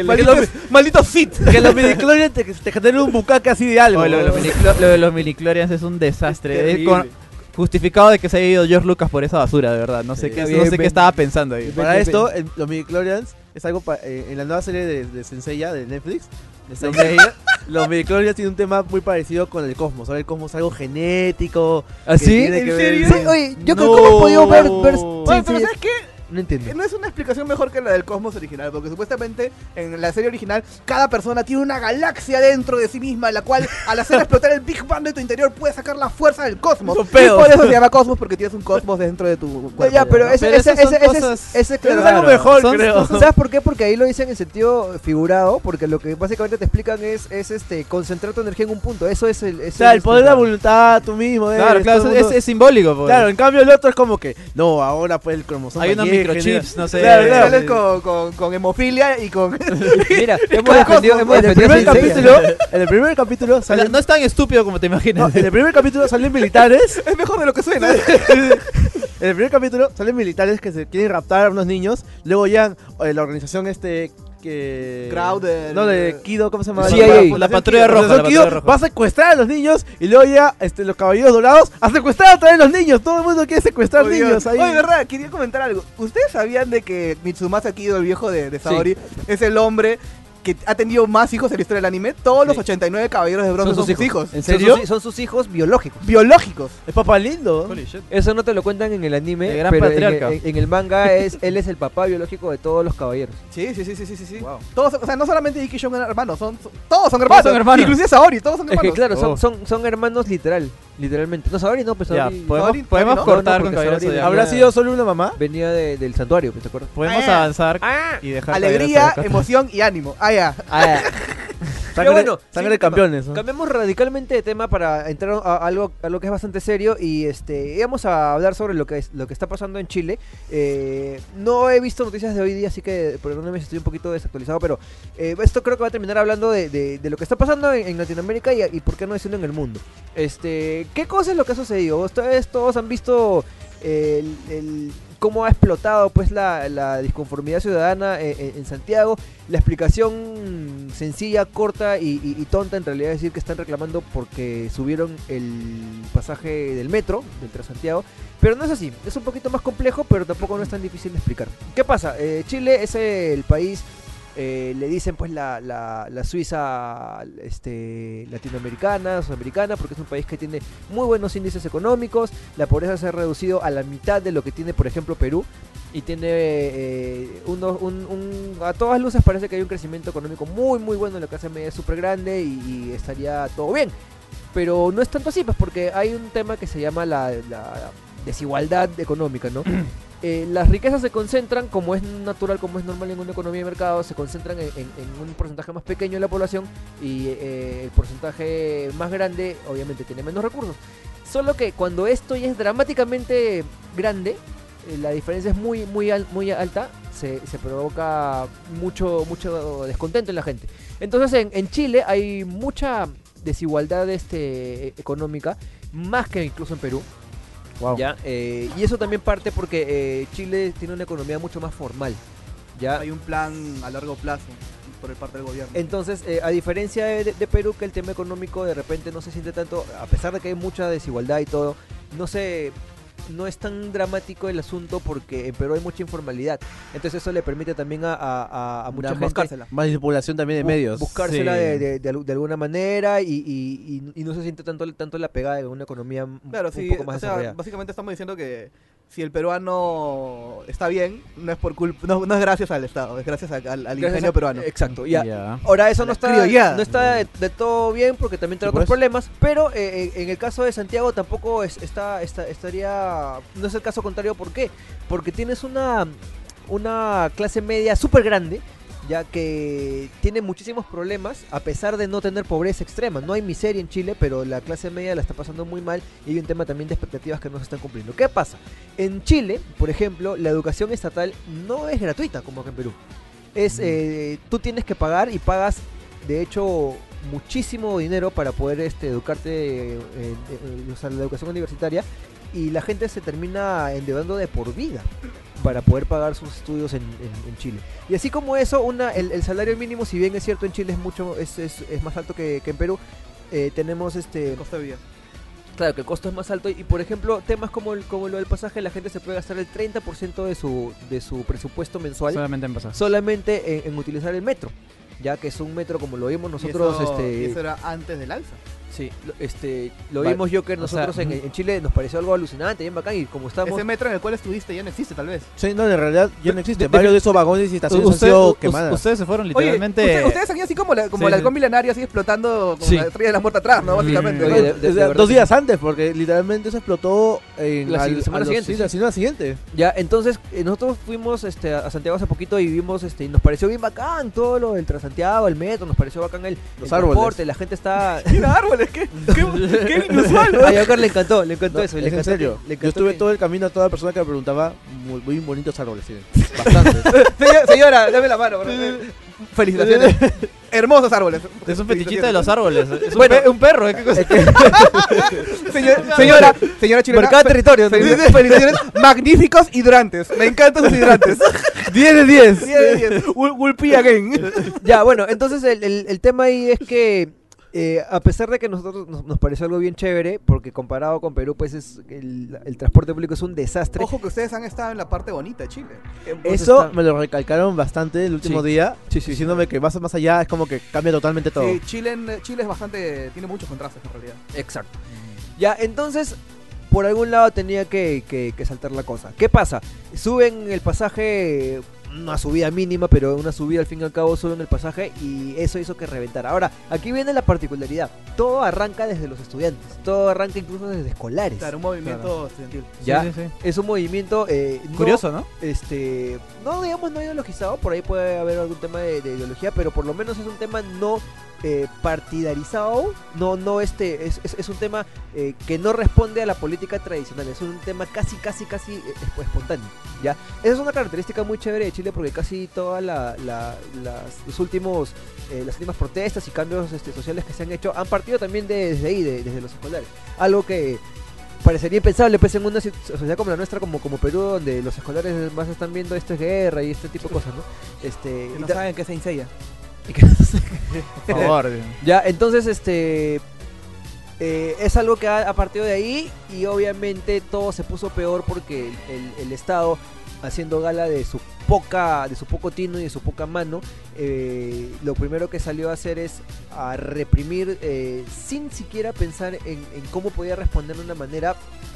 A: maldito, maldito Sith.
C: Que los midichlorians te, te generen un bucaque así de algo.
B: Oye, Oh, lo, de los miniclo- lo de los miniclorians es un desastre.
A: Es
B: Es con- justificado de que se haya ido George Lucas por esa basura, de verdad. No sé,
C: Sí,
B: qué,
C: bien,
B: no sé
C: bien.
B: qué estaba pensando ahí.
C: Y para esto, el- los midichlorians es algo pa- eh, en la nueva serie de, de Senseiya de Netflix. de Saint Seiya, los midichlorians tienen un tema muy parecido con el cosmos. Ahora el cosmos es algo genético.
B: ¿Ah,
F: ¿Así?
C: tiene que
A: ¿En
C: ver-
A: serio?
D: Sí, oye, yo creo que hemos podido ver. ver-
A: Oye,
D: sí,
A: pero
D: sí,
A: ¿sabes qué?
F: No entiendo.
A: No es una explicación mejor que la del cosmos original, porque supuestamente en la serie original cada persona tiene una galaxia dentro de sí misma, la cual al hacer explotar el Big Bang de tu interior puedes sacar la fuerza del cosmos.
C: Son
A: Y
C: feos.
A: por eso se llama cosmos, porque tienes un cosmos dentro de tu
D: No,
A: cuerpo.
D: ya, pero ese,
B: Pero
D: ese,
B: esas son
D: ese, ese-
B: cosas-
D: ese-
C: Pero es
D: claro.
C: algo mejor,
B: Son-
C: creo.
D: ¿Sabes por qué? Porque ahí lo dicen en sentido figurado, porque lo que básicamente te explican es, es este concentrar tu energía en un punto. Eso es el.
C: O sea, el poder de la voluntad, tú mismo. eh,
B: Claro, claro,
C: todo el
B: es,
C: mundo-
B: es simbólico. pues.
C: claro, en cambio el otro es como que, no, ahora pues el cromosoma.
B: Hay unos
C: Y,
B: microchips, no sé. eh,
C: Claro, claro.
A: Sales con, con- con hemofilia y con...
D: Mira, hemos defendido. Hemos
C: En
D: defendido a
C: el primer
D: Saint Seiya.
C: capítulo, en el primer capítulo
B: O sea,
C: salen,
B: no es tan estúpido como te
C: no,
B: imaginas.
C: en el primer capítulo salen militares,
A: es mejor de lo que suena.
C: en el primer capítulo salen militares que se quieren raptar a unos niños, luego llegan eh, la organización este que
A: Crowder. eh,
C: no de Kido, ¿cómo se llama?
D: CIA.
C: La-
B: La patrulla
C: La
B: roja.
C: organización
B: la patrulla
C: Kido
B: roja.
C: va a secuestrar a los niños y luego ya este, los caballeros dorados a secuestrar a través de los niños. Todo el mundo quiere secuestrar
A: Oh, Dios.
C: niños ahí.
A: Oye, verdad, quería comentar algo. ¿Ustedes sabían de que Mitsumasa Kido, el viejo de, de Saori, es el hombre que ha tenido más hijos en la historia del anime? Todos los 89 caballeros de bronce son sus hijos.
D: Son sus-
C: serio?
D: Son sus, hijos biológicos.
A: Biológicos.
C: Es papá lindo.
B: Holy shit.
D: Eso no te lo cuentan en el anime,
B: El gran
D: pero en el-
B: patriarca.
D: En, en el manga es él es el papá biológico de todos los caballeros.
A: Sí, sí, sí, sí, sí, sí. sí.
B: Wow.
A: Todos, o sea, no solamente Iki son hermanos, son, son- todos son hermanos.
B: son hermanos.
A: Inclusive Saori, todos son
D: Es que
A: hermanos.
D: claro, son,
F: Oh.
D: son, son hermanos literal, literalmente. No, Saori no, pues
B: Ya,
D: Saori
B: podemos,
A: Saori-
B: podemos
A: Saori no.
B: cortar
D: No, no,
B: con
D: porque
B: Caballeros
D: Saori-
B: Zodiaco.
C: ¿Habrá sido solo una mamá?
D: venía de- del santuario, pues, ¿te acuerdas?
B: Podemos
A: Ah.
B: avanzar y dejar
A: Alegría,
B: Caballeros Zodiaco.
A: emoción y ánimo. Ah, ya.
C: Sangre,
D: bueno,
C: sangre
D: sí,
C: de campeones. ¿no?
D: Cambiamos radicalmente de tema para entrar a algo, a lo que es bastante serio y este íbamos a hablar sobre lo que es, lo que está pasando en Chile. Eh, no he visto noticias de hoy día, así que perdónenme si estoy un poquito desactualizado, pero eh, esto creo que va a terminar hablando de, de- de lo que está pasando en, en Latinoamérica y, y por qué no decirlo en el mundo. Este, ¿qué cosa es lo que ha sucedido? Ustedes todos han visto eh, el- el- cómo ha explotado pues la, la disconformidad ciudadana eh, eh, en Santiago. La explicación sencilla, corta y, y- y tonta en realidad es decir que están reclamando porque subieron el pasaje del metro, del Transantiago. Pero no es así, es un poquito más complejo, pero tampoco no es tan difícil de explicar. ¿Qué pasa? Eh, Chile es el país, eh, le dicen pues la, la- la Suiza este, latinoamericana, sudamericana, porque es un país que tiene muy buenos índices económicos, la pobreza se ha reducido a la mitad de lo que tiene por ejemplo Perú y tiene eh, uno- un, un- a todas luces parece que hay un crecimiento económico muy muy bueno la casa media es súper grande y, y estaría todo bien pero no es tanto así pues porque hay un tema que se llama la, la desigualdad económica no
G: eh, las riquezas se concentran, como es natural, como es normal en una economía de mercado, se concentran en, en- en un porcentaje más pequeño de la población y eh, el porcentaje más grande obviamente tiene menos recursos. Solo que cuando esto ya es dramáticamente grande, eh, la diferencia es muy muy al- muy alta, se, se provoca mucho mucho descontento en la gente. Entonces en, en Chile hay mucha desigualdad este, eh, económica, más que incluso en Perú.
D: Wow.
G: ¿ya?
D: Eh, y eso también parte porque eh, Chile tiene una economía mucho más formal. ¿ya?
A: Hay un plan a largo plazo por el parte del gobierno.
D: Entonces, eh, a diferencia de, de Perú, que el tema económico de repente no se siente tanto, a pesar de que hay mucha desigualdad y todo, no se no es tan dramático el asunto porque en Perú hay mucha informalidad. Entonces eso le permite también a, a- a- a mucha gente
E: Buscársela. Manipulación también de
D: bu-
E: medios.
D: buscársela
B: Sí.
D: de, de- de al- de alguna manera y, y- y- y no se siente tanto, tanto la pegada de una economía un-
A: Claro,
D: un
A: sí,
D: poco más
A: o sea,
D: desarrollada.
A: básicamente estamos diciendo que si el peruano está bien, no es por culpa, no, no es gracias al Estado, es gracias a- al, al
D: Gracias
A: ingenio
D: a-
A: peruano.
D: Exacto, ya.
B: Ya.
D: Ahora, eso no está,
A: criollada.
D: no está de, de todo bien porque también trae
E: Sí, por
D: otros
E: eso.
D: problemas, pero eh, eh, en el caso de Santiago tampoco es- está, está- estaría, no es el caso contrario, ¿por qué? Porque tienes una, una clase media súper grande, ya que tiene muchísimos problemas, a pesar de no tener pobreza extrema, no hay miseria en Chile, pero la clase media la está pasando muy mal y hay un tema también de expectativas que no se están cumpliendo. ¿Qué pasa? En Chile, por ejemplo, la educación estatal no es gratuita como acá en Perú. Es, eh, tú tienes que pagar y pagas, de hecho, muchísimo dinero para poder este, educarte eh, en, en- o sea, la educación universitaria y la gente se termina endeudando de por vida para poder pagar sus estudios en, en- en Chile. Y así como eso, una, el, el salario mínimo, si bien es cierto en Chile es mucho es, es- es más alto que, que en Perú, eh, tenemos este...
A: Costa de vida.
D: Claro, que el costo es más alto y, por ejemplo, temas como, el, como lo del pasaje, la gente se puede gastar el 30% de su, de su presupuesto mensual
B: Solamente en pasar.
D: solamente en, en utilizar el metro, ya que es un metro como lo vimos nosotros,
A: y eso, y
D: este,
A: eso era antes del alza.
D: sí, lo, este, lo
B: Vale.
D: vimos yo que
B: O
D: nosotros
B: sea,
D: en, en Chile nos pareció algo alucinante, bien bacán y como estamos,
A: Ese metro en el cual estuviste ya no existe, tal vez.
C: Sí, no, en realidad ya no existe.
B: de-
C: Varios de esos vagones y estaciones han
B: Usted-
C: sido
B: u-
C: quemadas.
B: ustedes se fueron
A: Oye,
B: literalmente.
A: usted- ustedes aquí así como, la, como
B: Sí,
A: el
B: sí.
A: halcón milenario, así explotando como
B: Sí.
A: la estrella de la muerte atrás, ¿no? Básicamente.
B: Mm.
A: ¿no?
D: Oye, de- de-
C: O sea,
D: de verdad
C: dos
D: que-
C: días antes, porque literalmente eso explotó en
D: La
C: al-
D: semana
C: a los-
D: siguiente,
C: sí,
D: sí.
C: la semana siguiente.
D: ya, entonces eh, nosotros fuimos este, a a Santiago hace poquito y vimos, este, y nos pareció bien bacán todo lo del Transantiago, el metro, nos pareció bacán el,
C: Los
D: el
C: árboles.
D: transporte, la gente está...
A: Mira, árboles, qué, qué, qué inusual. ¿no?
D: A Joker le encantó, le encantó
C: No,
D: eso,
C: es
D: le
C: en
D: encantó,
C: serio.
D: le
C: Yo
D: encantó
C: estuve
D: que-
C: todo el camino a toda persona que me preguntaba, muy, muy bonitos árboles tienen. Bastante.
A: Señora, señora, dame la mano. por favor. Felicitaciones. Hermosos árboles.
B: Es un fetichista de los árboles. Es un,
A: Bueno,
B: pe- un perro. ¿eh? ¿Qué cosa?
A: Señor- señora, señora chilena.
D: Mercado
A: fe-
D: territorio. ¿no?
A: fel- Felicitaciones. Magníficos hidrantes. Me encantan sus hidrantes.
C: 10 de 10.
A: 10 de 10. Wul- Wulpi again.
D: Ya, bueno, entonces el, el- el tema ahí es que eh, a pesar de que nosotros nos, nos pareció algo bien chévere, porque comparado con Perú, pues es el, el transporte público es un desastre.
A: Ojo que ustedes han estado en la parte bonita de Chile.
C: Eso
D: está-
C: me lo recalcaron bastante el último
D: Sí.
C: día,
D: Sí, sí, sí.
C: diciéndome que vas más allá es como que cambia totalmente todo.
A: Sí, Chile, en- Chile es bastante. Tiene muchos contrastes en realidad.
D: Exacto. Ya, entonces, por algún lado tenía que, que- que saltar la cosa. ¿Qué pasa? Suben el pasaje, una subida mínima, pero una subida al fin y al cabo, suben el pasaje y eso hizo que reventara. Ahora, aquí viene la particularidad. Todo arranca desde los estudiantes, todo arranca incluso desde escolares.
A: Claro, un movimiento estudiantil.
D: Ya.
B: Sí, sí, sí.
D: Es un movimiento eh, no-
B: Curioso, ¿no?
D: este no digamos no ideologizado por ahí puede haber algún tema de, de ideología pero por lo menos es un tema no eh, partidarizado no no este es, es- es un tema eh, que no responde a la política tradicional es un tema casi casi casi eh, esp- espontáneo ya esa es una característica muy chévere de Chile porque casi todas la, la- las los últimos eh, las últimas protestas y cambios este, sociales que se han hecho han partido también de- desde ahí de- desde los escolares algo que parecería impensable pues en una si- sociedad como la nuestra como, como Perú donde los escolares más están viendo esto es guerra y este tipo de cosas no este
A: Que
D: y
A: no
D: da-
A: saben qué se insella.
D: y que no sé.
B: Por favor.
D: ya entonces este eh, es algo que ha, ha partido de ahí y obviamente todo se puso peor porque el, el- el estado haciendo gala de su poca de su poco tino y de su poca mano eh, lo primero que salió a hacer es a reprimir eh, sin siquiera pensar en, en cómo podía responder de una manera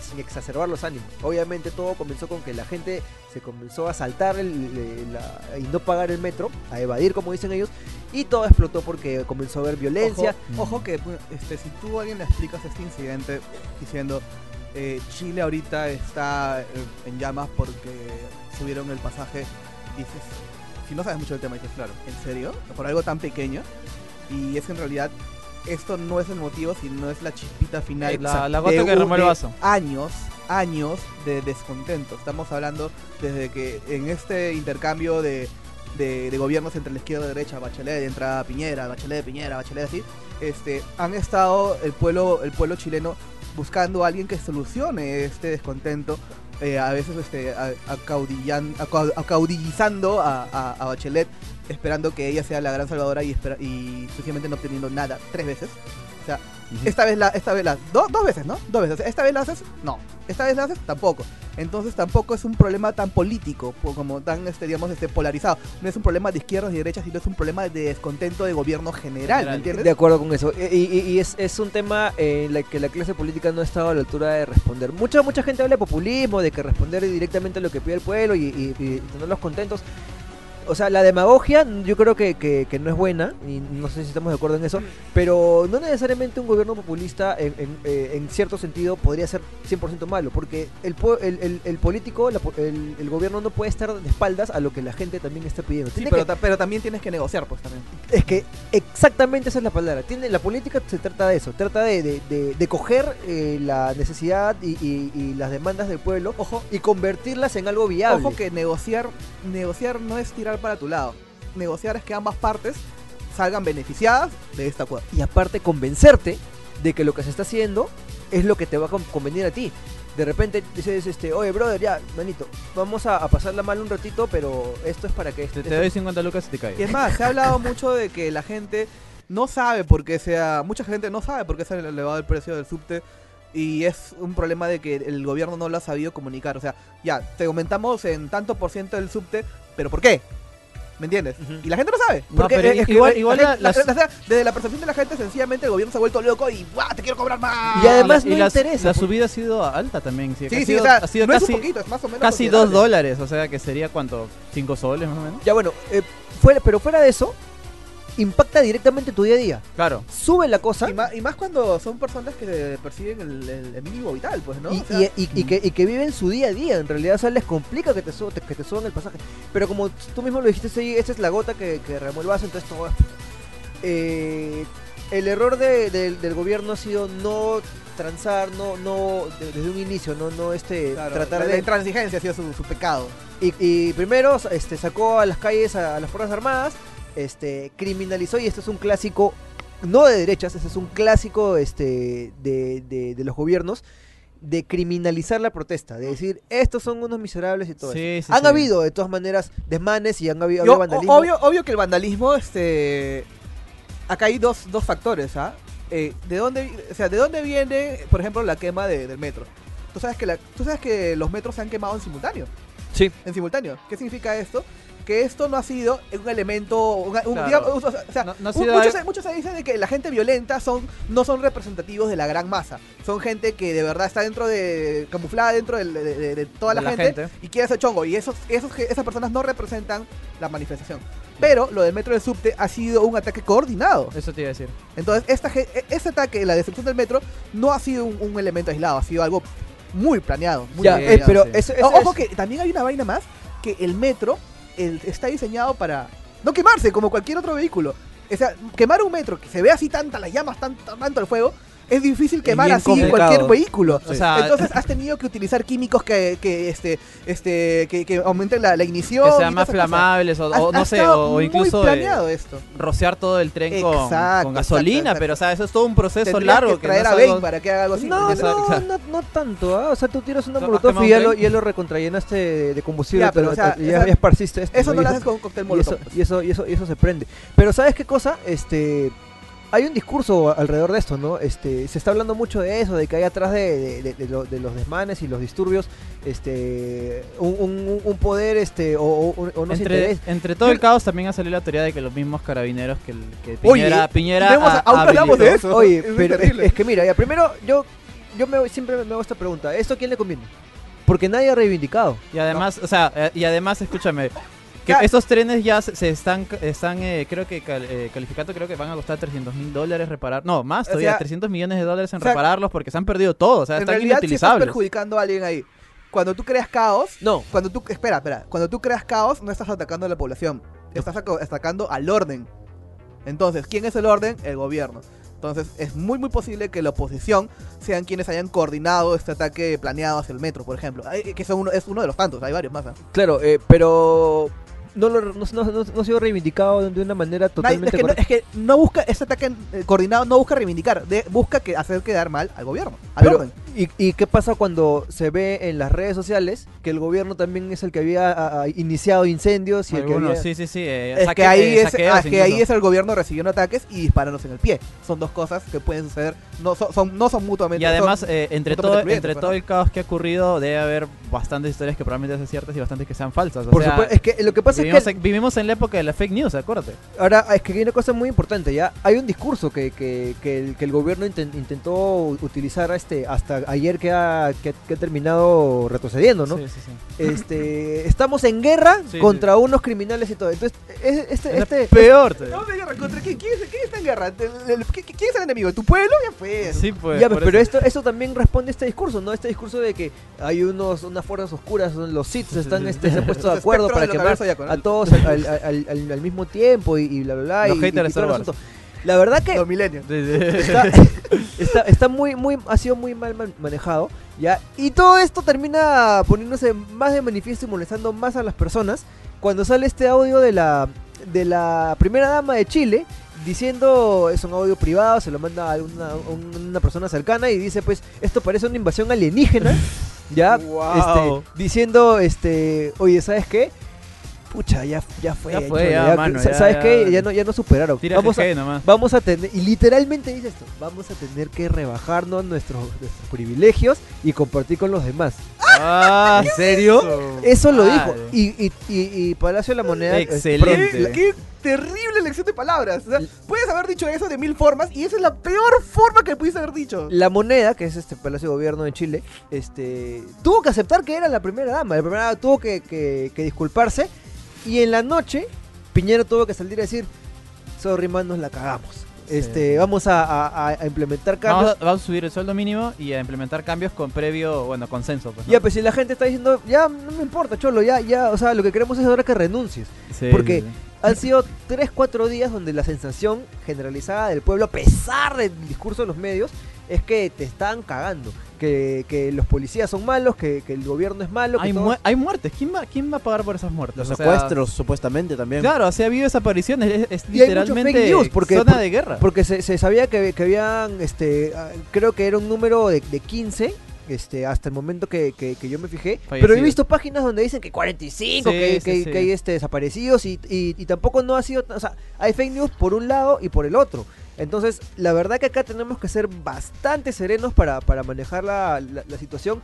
D: sin exacerbar los ánimos. Obviamente todo comenzó con que la gente se comenzó a saltar el- el- la- y no pagar el metro, a evadir como dicen ellos, y todo explotó porque comenzó a haber violencia.
A: Ojo, ojo que pues, este, si tú a alguien le explicas este incidente diciendo eh, Chile ahorita está eh, en llamas porque subieron el pasaje. Dices, si no sabes mucho del tema, dices, claro, ¿en serio? Por algo tan pequeño. Y es que en realidad esto no es el motivo, sino es la chispita final.
B: Eh, La- la gota
A: de
B: que derramó el
A: de
B: vaso.
A: Años, años de descontento. Estamos hablando desde que en este intercambio de, de, de gobiernos entre la izquierda y la derecha, Bachelet, entrada Piñera, Bachelet, Piñera, Bachelet, así, este, han estado el pueblo, el pueblo chileno buscando a alguien que solucione este descontento. eh, a veces este, a- acaudillan- acau- acaudillizando a, a- a Bachelet, esperando que ella sea la gran salvadora y, espera- y sencillamente no obteniendo nada tres veces. O sea, esta vez la, esta vez la, do- dos veces, ¿no? Dos veces. Esta vez la haces, no. Esta vez la haces, tampoco. Entonces tampoco es un problema tan político, po- como tan, este, digamos, este, polarizado. No es un problema de izquierdas y derechas, sino es un problema de descontento de gobierno general, ¿me
B: General.
A: entiendes?
D: De acuerdo con eso. Y, y- y es, es un tema eh, en el que la clase política no ha estado a la altura de responder. Mucha mucha gente habla de populismo, de que responder directamente a lo que pide el pueblo y, y- y tenerlos contentos. O sea, la demagogia yo creo que, que- que no es buena, y no sé si estamos de acuerdo en eso, pero no necesariamente un gobierno populista en, en- eh, en cierto sentido podría ser 100% malo, porque el, pue- el, el- el político, la po- el, el gobierno no puede estar de espaldas a lo que la gente también está pidiendo.
A: Sí,
D: Tiene
A: pero,
D: que-
A: ta- pero también tienes que negociar, pues también.
D: es que exactamente esa es la palabra. Tiene, la política se trata de eso, trata de, de- de- de coger eh, la necesidad y, y- y las demandas del pueblo y convertirlas en algo viable.
A: Ojo que negociar, negociar no es tirar para tu lado. Negociar es que ambas partes salgan beneficiadas de este acuerdo.
D: Y aparte convencerte de que lo que se está haciendo es lo que te va a con- convenir a ti. De repente dices, este, oye, brother, ya, manito, vamos a, a pasarla mal un ratito, pero esto es para que...
B: Te,
D: Este,
B: te doy 50 lucas y te caigo.
A: Y es más, se ha hablado mucho de que la gente no sabe por qué sea, mucha gente no sabe por qué se ha elevado el precio del subte y es un problema de que el gobierno no lo ha sabido comunicar. O sea, ya, te aumentamos en tanto por ciento del subte, pero ¿por qué? ¿Me entiendes? Y la gente no sabe.
B: No,
A: Porque
B: pero
A: eh, es que
B: igual-
A: la
B: igual
A: gente-
B: la-
A: la- la- la- desde la percepción de la gente, sencillamente el gobierno se ha vuelto loco y ¡guau! ¡Te quiero cobrar más!
D: Y además
B: la,
D: no
B: la-
D: interesa,
B: La
D: porque-
B: subida ha sido alta también. Sí,
A: sí,
B: ha
A: sí,
B: sido,
A: o sea,
B: ha sido
A: no
B: casi,
A: es un poquito, es más o menos.
B: casi 2
A: considerable.
B: dólares. O sea, que sería cuánto? ¿5 soles más o menos?
D: Ya bueno, eh, fuera, pero fuera de eso, impacta directamente tu día a día.
B: Claro.
D: Sube la cosa
A: Y más, y más cuando son personas que perciben el, el- el mínimo vital, pues, ¿no?
D: Y,
A: O sea,
D: y- y- y que, y que viven su día a día, en realidad, o sea, les complica que te, sub- que te suban el pasaje. Pero como tú mismo lo dijiste, sí, esta es la gota que, que derramó el vaso, entonces todo es- Eh, el error de- del- del gobierno ha sido no transar, no, no, de- desde un inicio, no, no, este,
A: Claro,
D: tratar
A: la,
D: de...
A: la intransigencia ha sido su, su pecado.
D: Y, y primero este, sacó a las calles a, a las Fuerzas Armadas, este, criminalizó, y este es un clásico, no de derechas, este es un clásico este, de, de- de los gobiernos, de criminalizar la protesta, de decir, estos son unos miserables y todo eso.
B: Sí, sí,
D: han
B: sí.
D: habido, de todas maneras, desmanes y han habido,
A: Yo-
D: habido vandalismo.
A: o- obvio, obvio que el vandalismo, este. Acá hay dos, dos factores, ¿ah? Eh, ¿de, dónde, o sea, ¿De dónde viene, por ejemplo, la quema de- del metro? Tú sabes, que la- tú sabes que los metros se han quemado en simultáneo.
D: Sí.
A: En simultáneo. ¿Qué significa esto? Que esto no ha sido un elemento. un- un-
B: Claro.
A: digamos, o sea, o sea,
B: No- no ha
A: mu-
B: sido
A: muchos,
B: algo-
A: se- muchos se dicen de que la gente violenta son no son representativos de la gran masa. Son gente que de verdad está dentro de. camuflada dentro del- de, de- de toda
B: De
A: la, gente, y quiere hacer chongo. Y esos, esos, que- esas personas no representan la manifestación. Pero lo del metro del subte ha sido un ataque coordinado.
B: Eso te iba a decir.
A: Entonces, esta, ge- e- ese ataque, la destrucción del metro, no ha sido un, un elemento aislado, ha sido algo muy planeado. Muy
D: Ya,
A: bien
D: eh,
A: planeado.
D: pero
B: sí.
D: eso,
A: O-
D: eso
A: Ojo
D: es-
A: que también hay una vaina más, que el metro el- está diseñado para no quemarse como cualquier otro vehículo. O sea, quemar un metro que se ve así tanta, las llamas, tan- tan- tanto el fuego, es difícil quemar
D: bien
A: así
D: complicado.
A: cualquier vehículo.
B: O sea,
A: Entonces has tenido que utilizar químicos que, que, este, este, que, que aumenten la, la ignición.
B: que
A: y
B: sean
A: todas
B: más
A: esas cosas.
B: flamables o,
A: Ha-
B: o
A: ha
B: no sé,
A: estado
B: o, o
A: muy
B: incluso eh,
A: planeado esto.
B: rociar todo el tren con,
A: Exacto,
B: con
A: exacto,
B: gasolina,
A: exacto.
B: pero o sea, eso es todo un proceso
A: Tendrías
B: largo.
A: que traer
B: no
A: a
B: es algo-
A: Bane para que haga algo así.
D: No,
A: ¿entiendes?
B: o sea-
D: no, no, no tanto, ¿ah? o sea, tú tiras una
B: No,
D: molotov
B: más
D: y ya
B: que
D: lo,
B: Mountain.
D: ya lo recontrayénaste de, de combustible,
A: Ya, pero, o sea,
D: y ya,
A: esa-
D: ya esparciste esto.
A: Eso no
D: Y
A: lo
D: eso-
A: haces con un cóctel
D: Y
A: molotov.
D: eso, y, eso, y, eso, y eso se prende. Pero ¿sabes qué cosa? Este, hay un discurso a- alrededor de esto, ¿no? Este, se está hablando mucho de eso, de que hay atrás de, de- de- de lo- de los desmanes y los disturbios este, un, un- un poder este, o, o- o no se
B: Entre,
D: interesa.
B: entre todo el caos también ha salido la teoría de que los mismos carabineros que, el- que Piñera,
A: Oye,
B: Piñera
A: tenemos-
B: ha-
A: aún no hablamos
B: habilitó.
A: de eso.
D: Oye,
A: Es muy
D: pero es,
A: terrible.
D: es que mira, ya, primero yo, yo me, siempre me hago esta pregunta. ¿Esto a quién le conviene? Porque nadie ha reivindicado.
B: Y además, o sea, eh, y además, escúchame, Que
D: Ya.
B: esos trenes ya se, se están, están eh, creo que cal- eh, calificando, creo que van a costar 300 mil dólares reparar. No, más
A: O
B: todavía,
A: sea,
B: 300 millones de dólares en
A: o sea,
B: repararlos porque se han perdido todo. O sea,
A: en
B: están
A: realidad, si estás
B: inutilizables.
A: perjudicando a alguien ahí. Cuando tú creas caos,
D: No,
A: cuando tú, espera, espera, cuando tú creas caos, no estás atacando a la población, estás aco- atacando al orden. Entonces, ¿quién es el orden? El gobierno. Entonces, es muy, muy posible que la oposición sean quienes hayan coordinado este ataque planeado hacia el metro, por ejemplo. Ay, Que son uno, es uno de los tantos, hay varios más. ¿ah?
D: claro, eh, pero no, lo- no, no, no- no ha sido reivindicado de una manera
A: Nadie-
D: totalmente
A: es, que no,
D: correcta.
A: es que no busca, ese ataque eh, coordinado no busca reivindicar, de- busca que hacer quedar mal al gobierno, al
D: Pero-
A: orden.
D: ¿Y, y qué pasa cuando se ve en las redes sociales que el gobierno también es el que había a- a, iniciado incendios y el que
B: Algunos,
D: había-
B: sí, sí, sí. eh,
A: Es que,
B: saque-
A: ahí
B: eh,
A: es,
B: saqueos
A: ah, es que ahí
B: incluso.
A: es el gobierno recibiendo ataques y dispararnos en el pie. Son dos cosas que pueden suceder, no son, son- no son mutuamente.
B: Y además,
A: son-
B: eh, entre,
A: son
B: todo,
A: totalmente
B: entre
A: excluyentes,
B: todo el caos que ha ocurrido, debe haber bastantes historias que probablemente sean ciertas y bastantes que sean falsas. O
D: Por
B: sea,
D: supuesto, es que lo que pasa es
B: vivimos,
D: que
B: en, vivimos en la época de la fake news, acuérdate.
D: ahora es que hay una cosa muy importante, ya hay un discurso que, que, que el, que el gobierno inten- intentó utilizar este hasta ayer que ha, que, ha- que ha terminado retrocediendo, ¿no?
B: Sí, sí, sí.
D: Este, estamos en guerra
B: Sí,
D: contra unos criminales y todo. Entonces, es- este,
B: Es
D: este,
B: peor. te-
A: No, de guerra contra quién, quién, es- quién está en guerra. El- el- ¿Quién quién es el enemigo? ¿Tu pueblo? Ya fue.
B: Sí, pues.
D: Ya,
B: por
D: pues, pero
B: eso.
D: esto, esto también responde a este discurso, ¿no? Este discurso de que hay unos, unas fuerzas oscuras, son los Sith se están, este, se han puesto de
A: Los
D: acuerdo
A: espectros
D: para
A: de los caballeros
D: quemar
A: zodiacos, ¿no?
D: a todos al, al- al- al- al mismo tiempo y, y bla, bla, bla.
B: Los
D: y,
B: haters
D: y
B: de Star
D: todo el
B: Wars.
D: asunto. La verdad que
A: Los milenios.
D: está, está, está muy, muy, ha sido muy mal man- manejado, ¿ya? Y todo esto termina poniéndose más de manifiesto y molestando más a las personas cuando sale este audio de la, de la primera dama de Chile diciendo, es un audio privado, se lo manda a una, a una persona cercana y dice, pues, esto parece una invasión alienígena, ¿ya?
B: Wow.
D: Este, diciendo, este, oye, ¿sabes qué? Pucha, ya, ya fue.
B: Ya fue,
D: chole,
B: ya, mano, ya,
D: ¿Sabes
B: ya.
D: qué? Ya no, ya no superaron.
B: Tira
D: Vamos a,
B: jeje nomás.
D: Vamos a tener, y literalmente dice esto, vamos a tener que rebajarnos nuestros, nuestros privilegios y compartir con los demás.
B: Ah, ¿En serio?
D: Eso lo dijo.
B: Madre.
D: Y, y, y, y Palacio de la Moneda... eh,
B: Excelente.
A: Qué- Qué terrible elección de palabras. O sea, puedes haber dicho eso de mil formas y esa es la peor forma que pudiste haber dicho.
D: La moneda, que es este Palacio de Gobierno de Chile, este, tuvo que aceptar que era la primera dama. La primera dama tuvo que, que- que disculparse. Y en la noche, Piñera tuvo que salir a decir: Sorry, man, nos la cagamos. Este, vamos a, a- a- a implementar
B: Vamos
D: cambios.
B: a, vamos a subir el sueldo mínimo y a implementar cambios con previo, bueno, consenso. Pues, ¿no?
D: Ya, pues si la gente está diciendo, ya no me importa, cholo, ya, ya, o sea, lo que queremos es ahora que renuncies.
B: Sí,
D: porque-
B: sí, sí.
D: Han sido 3, 4 días donde la sensación generalizada del pueblo, a pesar del discurso de los medios, es que te están cagando. Que, que los policías son malos, que, que el gobierno es malo. que
B: Hay,
D: todos-
B: mu- hay muertes. ¿Quién va, ¿Quién va a pagar por esas muertes?
C: Los
B: O sea,
C: secuestros, supuestamente también.
B: Claro, o sea, ha habido desapariciones. Es, es
D: Em, Y hay mucho fake
B: literalmente
D: news, porque-
B: zona
D: por-
B: de guerra.
D: Porque se, se sabía que, que habían, este, ah, creo que era un número de, de 15. Este, hasta el momento que, que- que yo me fijé. Pero he
B: Fallecidos.
D: visto páginas donde dicen que 45,
B: Sí,
D: que,
B: sí, sí.
D: que- que hay este, desaparecidos y, y- y tampoco no ha sido... tan- O sea, hay fake news por un lado y por el otro. Entonces, la verdad que acá tenemos que ser bastante serenos para, para manejar la, la- la situación.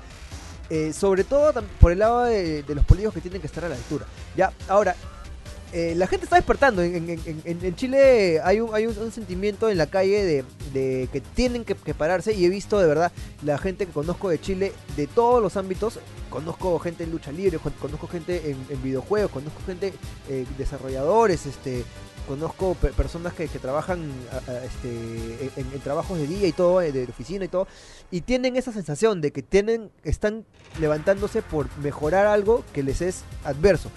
D: eh, sobre todo tam- por el lado de, de los políticos que tienen que estar a la altura. Ya, ahora, eh, la gente está despertando. En, en- en- en- en Chile hay un, hay un, un sentimiento en la calle de, de que tienen que, que pararse y he visto de verdad la gente que conozco de Chile de todos los ámbitos. Conozco gente en lucha libre, con- conozco gente en, en videojuegos, conozco gente eh, desarrolladores, este, conozco pe- personas que, que trabajan a- a- este, en, en trabajos de día y todo, eh, de oficina y todo, y tienen esa sensación de que tienen, están levantándose por mejorar algo que les es adverso.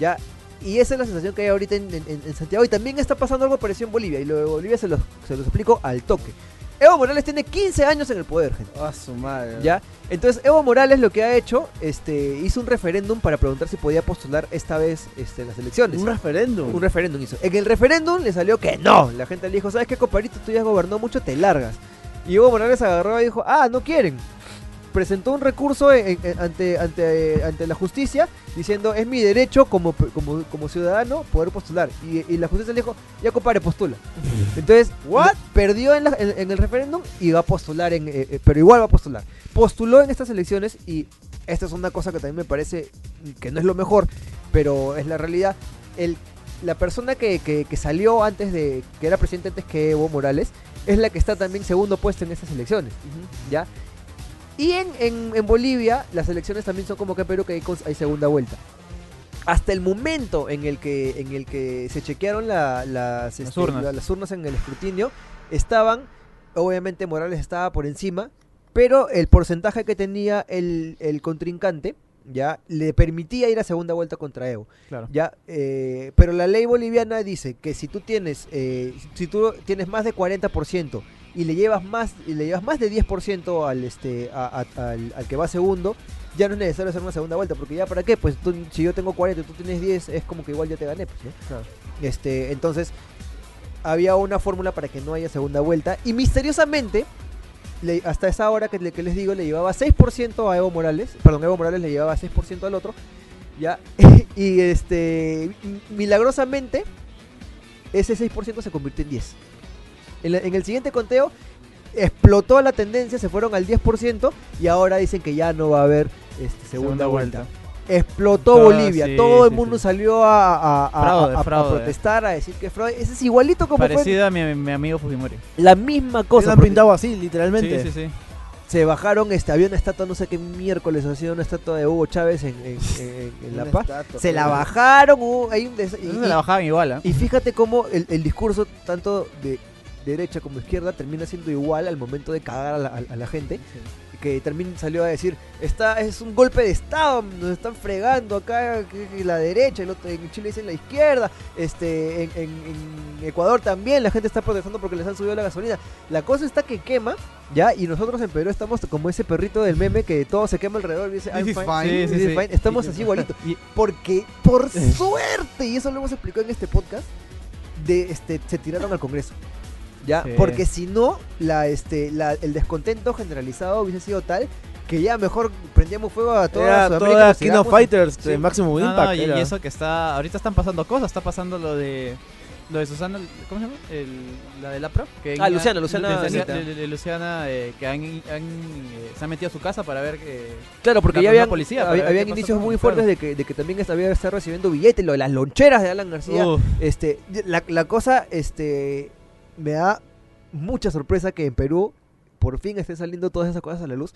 D: Ya, y esa es la sensación que hay ahorita en, en- en- en Santiago. Y también está pasando algo parecido en Bolivia. Y lo de Bolivia se los, se los explico al toque. Evo Morales tiene 15 años en el poder, gente.
C: A Ah, su madre.
D: ¿Ya? Entonces, Evo Morales lo que ha hecho, este, hizo un referéndum para preguntar si podía postular esta vez este, en las elecciones.
C: Un referéndum.
D: Un referéndum hizo. En el referéndum le salió que no. La gente le dijo, ¿sabes qué, compadrito? Tú ya gobernó mucho, te largas. Y Evo Morales agarró y dijo, ah, no quieren. Presentó un recurso en- en- ante, ante, ante la justicia diciendo, es mi derecho como, como, como ciudadano poder postular. Y, y la justicia le dijo, ya compadre, postula. Entonces, ¿what? Perdió en, la- en- en el referéndum y va a postular, en, eh, eh, pero igual va a postular. Postuló en estas elecciones y esta es una cosa que también me parece que no es lo mejor, pero es la realidad. El la persona que, que- que salió antes de. que era presidente antes que Evo Morales, es la que está también segundo puesto en estas elecciones. ¿Ya? Y en, en- en Bolivia, las elecciones también son como que en Perú que hay, cons- hay segunda vuelta. hasta el momento en el que, en el que se chequearon la- las, este,
B: urnas.
D: la- las urnas en el escrutinio, estaban, obviamente Morales estaba por encima, pero el porcentaje que tenía el, el contrincante ya le permitía ir a segunda vuelta contra Evo.
B: Claro.
D: Ya, eh, pero la ley boliviana dice que si tú tienes, eh, si tú tienes más de 40% y le llevas más, y le llevas más de 10% al este, a- a- al, al que va segundo, ya no es necesario hacer una segunda vuelta, porque ya para qué, pues tú- si yo tengo 40 y tú tienes 10, es como que igual ya te gané, pues, ¿no? Este, entonces, había una fórmula para que no haya segunda vuelta. Y misteriosamente, le- hasta esa hora que, le- que les digo, le llevaba 6% a Evo Morales. Perdón, Evo Morales le llevaba 6% al otro. Ya. y este. mi- Milagrosamente, ese 6% se convirtió en 10. En, la- en el siguiente conteo. Explotó la tendencia, se fueron al 10% y ahora dicen que ya no va a haber este, segunda, vuelta explotó
B: Todo,
D: Bolivia.
B: sí,
D: Todo el
B: sí,
D: mundo
B: sí.
D: salió a, a- a-
B: Fraude,
D: a- a
B: fraude.
D: protestar, a decir que fraude. Ese es igualito como fue
B: Parecida a mi, mi amigo Fujimori.
D: la misma
C: Cosa
D: cosa.
C: han
D: porque
C: pintado así, literalmente.
B: Sí, sí, sí.
D: Se bajaron, este, había una estatua, no sé qué miércoles, ha sido una estatua de Hugo Chávez en, en- en- en La Paz. Se la bajaron, hubo- hay un des- y,
B: Entonces la bajaban igual, ¿ah?
D: y- y fíjate cómo el, el discurso tanto de derecha como izquierda termina siendo igual al momento de cagar a la, a- a la gente. que también salió a decir, está, es un golpe de Estado, nos están fregando acá que- que la derecha, el otro- en Chile dicen la izquierda, este, en, en- en Ecuador también la gente está protestando porque les han subido la gasolina. La cosa está que quema, ¿ya? Y nosotros en Perú estamos como ese perrito del meme que todo se quema alrededor y dice, "I'm
A: This is
D: fine,
A: fine.
D: this is fine". Estamos así igualito. Porque, por suerte, y eso lo hemos explicado en este podcast, de este, se tiraron al Congreso. ¿Ya?
B: Sí.
D: Porque si no, la, este, la, el descontento generalizado hubiese sido tal que ya mejor prendíamos fuego a toda
C: Era
D: Sudamérica.
C: toda
D: nos
C: King of
D: tirábamos.
C: Fighters,
D: Sí.
C: de Maximum
B: No,
C: Impact.
B: no, y, y
C: era.
B: eso que está. Ahorita están pasando cosas. Está pasando lo de. Lo de Susana. ¿Cómo se llama? El- la de la pro. Que
D: Ah,
B: en-
D: Luciana, Luciana Anita.
B: de- de- de Luciana, eh, que han, han, eh, se han metido a su casa para ver que.
D: Claro, porque
B: La-
D: ya
B: la
D: habían,
B: policía,
D: hab-
B: para ver
D: habían
B: qué pasó
D: indicios
B: con
D: muy
B: el
D: fuertes
B: perro.
D: de que, de que también había estado recibiendo billetes, lo de las loncheras de Alan García.
B: Uf,
D: Este, la, la cosa, este, me da mucha sorpresa que en Perú por fin estén saliendo todas esas cosas a la luz.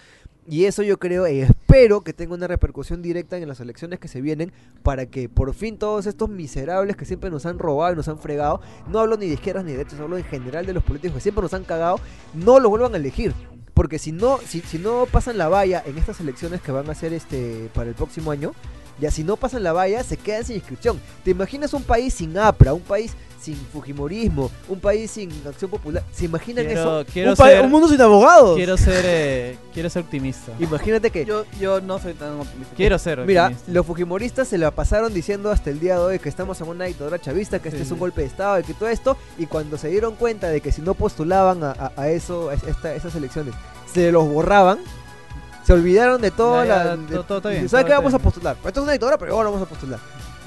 D: Y eso yo creo y espero que tenga una repercusión directa en las elecciones que se vienen para que por fin todos estos miserables que siempre nos han robado y nos han fregado, no hablo ni de izquierdas ni de derechas, hablo en general de los políticos que siempre nos han cagado, no los vuelvan a elegir. Porque si no, si, si no pasan la valla en estas elecciones que van a hacer este para el próximo año, ya si no pasan la valla, se quedan sin inscripción. ¿Te imaginas un país sin APRA, un país sin Fujimorismo, un país sin Acción Popular? ¿Se imaginan eso?
B: quiero, quiero
C: Un, pa-
B: ser.
C: un mundo sin abogados.
B: Quiero ser. eh, quiero ser optimista.
D: Imagínate que
A: Yo, yo no soy tan optimista.
B: Quiero ser.
D: Mira,
B: optimista.
D: los fujimoristas se la pasaron diciendo hasta el día de hoy que estamos en una dictadura chavista, que este
B: Sí,
D: es un
B: sí.
D: golpe de Estado y que todo esto, y cuando se dieron cuenta de que si no postulaban a, a- a eso, a esta- esas elecciones, se los borraban, se olvidaron de toda
B: Ya, ya,
D: la...
B: todo- todo está bien,
D: ¿Sabes
B: todo
D: qué
B: está
D: vamos a
B: bien.
D: postular? Esto es una dictadura, pero ahora vamos a postular.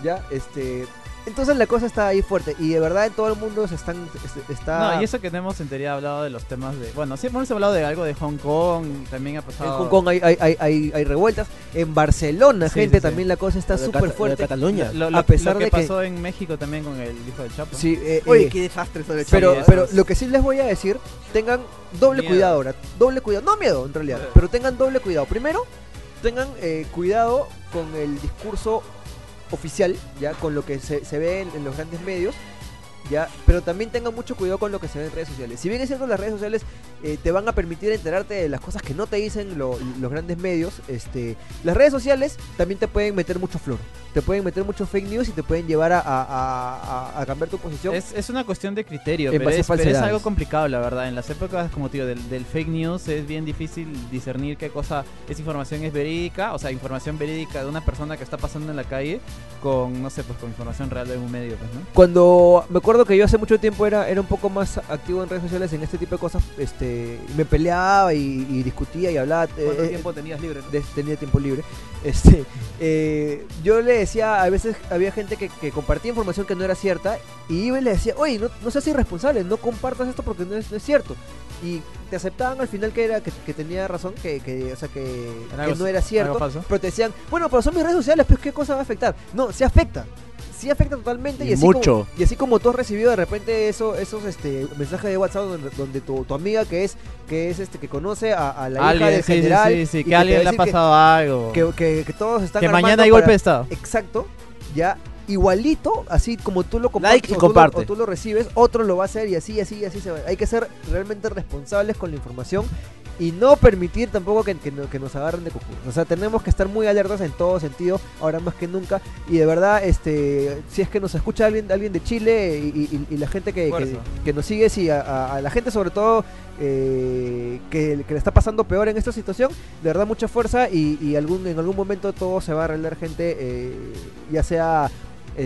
D: Ya, este... Entonces la cosa está ahí fuerte y de verdad en todo el mundo se están... se- está...
B: No, y eso que tenemos en teoría hablado de los temas de. Bueno, sí hemos hablado de algo de Hong Kong. También ha
D: En
B: pasado.
D: Hong Kong hay, hay- hay- hay- hay revueltas. En Barcelona,
B: Sí,
D: gente,
B: sí, sí.
D: también la cosa está
C: Lo de
D: súper
C: Cata- lo de
D: fuerte.
C: Cataluña.
B: Lo, lo-
D: a pesar
B: lo que
D: de que-
B: pasó en México también con el hijo del Chapo.
D: Sí, eh, eh,
A: Oye, qué desastre sobre
D: Pero,
A: Chávez.
D: pero lo que sí les voy a decir, tengan doble
B: Miedo.
D: cuidado ahora. Doble cuidado, no miedo en realidad,
B: Eh.
D: pero tengan doble cuidado. Primero, tengan eh, cuidado con el discurso oficial, ya con lo que se, se ve en, en los grandes medios. Ya, pero también tengan mucho cuidado con lo que se ve en redes sociales. Si bien es cierto, las redes sociales eh, te van a permitir enterarte de las cosas que no te dicen lo- los grandes medios. Este, las redes sociales también te pueden meter mucho flor, te pueden meter mucho fake news y te pueden llevar a, a- a- a- a cambiar tu posición.
B: Es, es una cuestión de criterio,
D: En
B: pero
D: base a
B: es, pero es
D: falsedades.
B: algo complicado, la verdad. En las épocas, como te digo, del, del fake news es bien difícil discernir qué cosa es información es verídica, o sea, información verídica de una persona que está pasando en la calle con, no sé, pues con información real de un medio, pues, ¿no?
D: cuando me acuerdo que yo hace mucho tiempo era, era un poco más activo en redes sociales en este tipo de cosas, este, me peleaba y, y discutía y hablaba. eh,
A: ¿Cuánto
D: eh,
A: tiempo tenías libre? no?
D: de- tenía tiempo libre. Este, eh, yo le decía, a veces había gente que, que compartía información que no era cierta y iba y le decía, oye, no, no seas irresponsable, no compartas esto porque no es, no es cierto. Y te aceptaban al final que era que, que tenía razón, que, que, o sea, que,
B: Era
D: que
B: algo-
D: no era cierto.
B: algo falso.
D: Pero te decían, bueno, pero son mis redes sociales, pues ¿qué cosa va a afectar? No, se afecta. Sí afecta totalmente y,
E: Y
D: así
E: mucho.
D: Como, y así como tú has recibido de repente eso, esos este, mensajes de WhatsApp donde, donde tu, tu amiga que es que es este que conoce a, a la hija
B: Alguien, sí,
D: del
B: sí,
D: general
B: sí, sí,
D: y
B: que
D: te
B: a alguien
D: va
B: le
D: a
B: ha
D: decir que-
B: pasado algo.
D: que, que- que todos están
B: Que
D: armando
B: mañana hay
D: para-
B: golpe de Estado.
D: exacto ya igualito, así como tú lo compartes
C: Like
D: o
C: y
D: tú lo-
C: comparte.
D: o tú lo recibes, otro lo va a hacer y así, y así, y así se va. Hay que ser realmente responsables con la información y no permitir tampoco que, que no- que nos agarren de cojudos. O sea, tenemos que estar muy alertas en todo sentido, ahora más que nunca. Y de verdad, este si es que nos escucha alguien, alguien de Chile y, y- y- y la gente que, que,
B: Fuerza.
D: que nos sigue, si a, a- a la gente sobre todo eh, que, que le está pasando peor en esta situación, de verdad mucha fuerza y, y algún, en algún momento todo se va a arreglar gente, eh, ya sea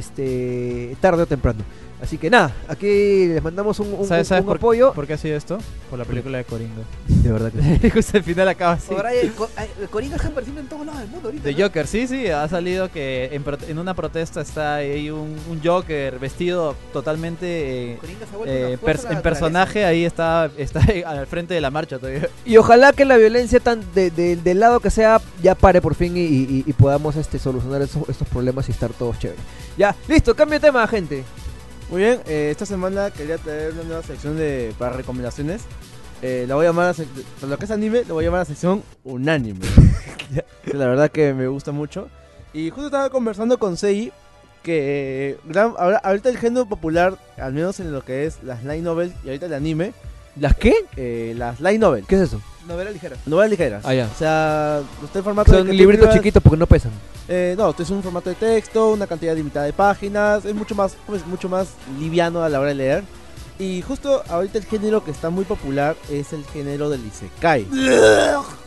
D: este tarde o temprano. Así que nada, aquí les mandamos un, un-
B: ¿Sabes-
D: un-
B: sabes
D: un apoyo.
B: ¿Por qué ha sido esto? Por la película de Coringa.
D: De verdad que
B: Justo al final acaba así.
A: Ahora hay- el, co- hay- el Coringa está apareciendo en todos lados del mundo ahorita.
B: De
A: ¿no?
B: Joker, sí, sí, ha salido que en, prote- en una protesta está ahí un, un Joker vestido totalmente eh,
A: Coringa se ha vuelto
B: eh,
A: una
B: pers-
A: fuerza de
B: en
A: la
B: personaje, ahí está, está al frente de la marcha todavía.
D: Y ojalá que la violencia tan de- de- del lado que sea ya pare por fin y, y- y podamos este, solucionar esos- estos problemas y estar todos chéveres. Ya, listo, cambio de tema, gente.
C: Muy bien, eh, esta semana quería traer una nueva sección de, para recomendaciones. Eh, la voy a llamar, a sec- para lo que es anime, la voy a llamar a la sección unánime. Ya, que la verdad que me gusta mucho. Y justo estaba conversando con Sei que eh, gran- ahora- ahorita el género popular, al menos en lo que es las light novels y ahorita el anime,
D: ¿Las qué?
C: eh, las light novels,
D: ¿Qué es eso?
A: Novela ligera.
C: novelas ligeras.
D: Ah, ya.
C: O sea, usted en formato de
D: Son
C: que tú
D: libritos
C: escribas-
D: chiquitos porque no pesan.
C: eh, no, es un formato de texto, una cantidad limitada de páginas, es mucho más, pues, mucho más liviano a la hora de leer. Y justo ahorita el género que está muy popular es el género del Isekai.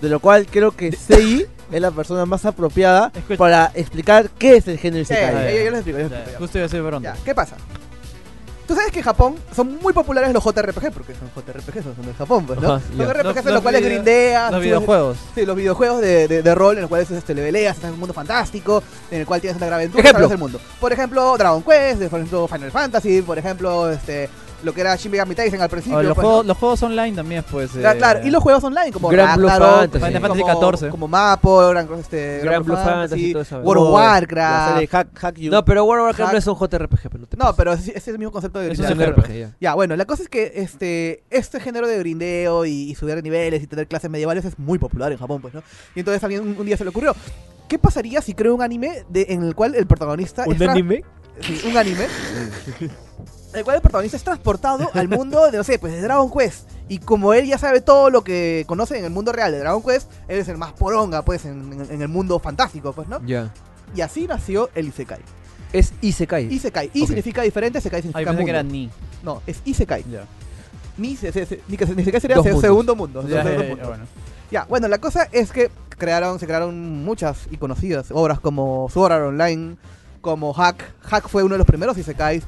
C: De lo cual creo que Sei es la persona más apropiada
B: Escucha.
C: para explicar qué es el género
D: este
A: Sí, ya,
C: Isekai.
A: ya, ya les explico, ya les explico, ya.
B: Justo yo soy Bronto.
A: Ya, ¿qué pasa? Tú sabes que en Japón son muy populares los JRPG, porque son JRPG, son de Japón, pues, ¿no?
B: Ajá,
A: Son
B: ya.
A: JRPG
B: Los-
A: en los
B: los
A: cuales
B: video-
A: grindeas,
B: Los
A: subes-
B: videojuegos.
A: Ah, Sí, los videojuegos de, de- de rol en los cuales este, leveleas, estás en un mundo fantástico, en el cual tienes una gran aventura
D: Ejemplo.
A: salvas el mundo. Por ejemplo, Dragon Quest, de- por ejemplo, Final Fantasy, por ejemplo, este, lo que era Shin Megami Tensei al principio.
B: O los,
A: pues,
B: juegos,
A: ¿no?
B: los juegos online también, pues. eh,
A: Claro, claro, y los juegos online, como
D: Grand Blue
A: Ragnarok,
D: Fantasy.
A: Final
B: Fantasy
A: como-
B: 14.
A: como Mapo, Gran, este,
D: Grand Blue Fantasy, todo eso.
A: World of
C: La serie
A: Warcraft.
C: Hack, Hack You.
D: No, pero World of Warcraft
A: Hack.
D: no es un JRPG, pero pues, no te
A: No, pero es, es el mismo concepto de
B: Es
D: es
B: un
A: Grand
D: un
A: Blue
B: RPG.
D: RPG, ya.
A: Ya, bueno, la cosa es que este, este género de grindeo y, y subir niveles y tener clases medievales es muy popular en Japón, pues, ¿no? Y entonces alguien un, un día se le ocurrió, ¿qué pasaría si creo un anime de- en el cual el protagonista es tra- sí, un anime, en el cual el protagonista es transportado al mundo de, no sé, pues de Dragon Quest. Y como él ya sabe todo lo que conoce en el mundo real de Dragon Quest, él es el más poronga, pues, en, en- en el mundo fantástico, pues, ¿no?
D: Ya.
A: Y así nació el Isekai.
D: Es Isekai.
A: Isekai. I
D: Ok.
A: significa diferente, Isekai
B: Ay,
A: significa
B: pensé que
A: mundo.
B: era ni.
A: No, es Isekai.
B: Ya.
A: Ni, se, se- se- ni, que, ni siquiera sería
D: Dos
A: se-
D: mundos.
A: segundo mundo.
B: Ya,
A: segundo
B: ya, ya,
A: mundo.
B: bueno.
A: Ya, bueno, la cosa es que crearon, se crearon muchas y conocidas obras como Sword Art Online, como Hack. Hack fue uno de los primeros Isekais.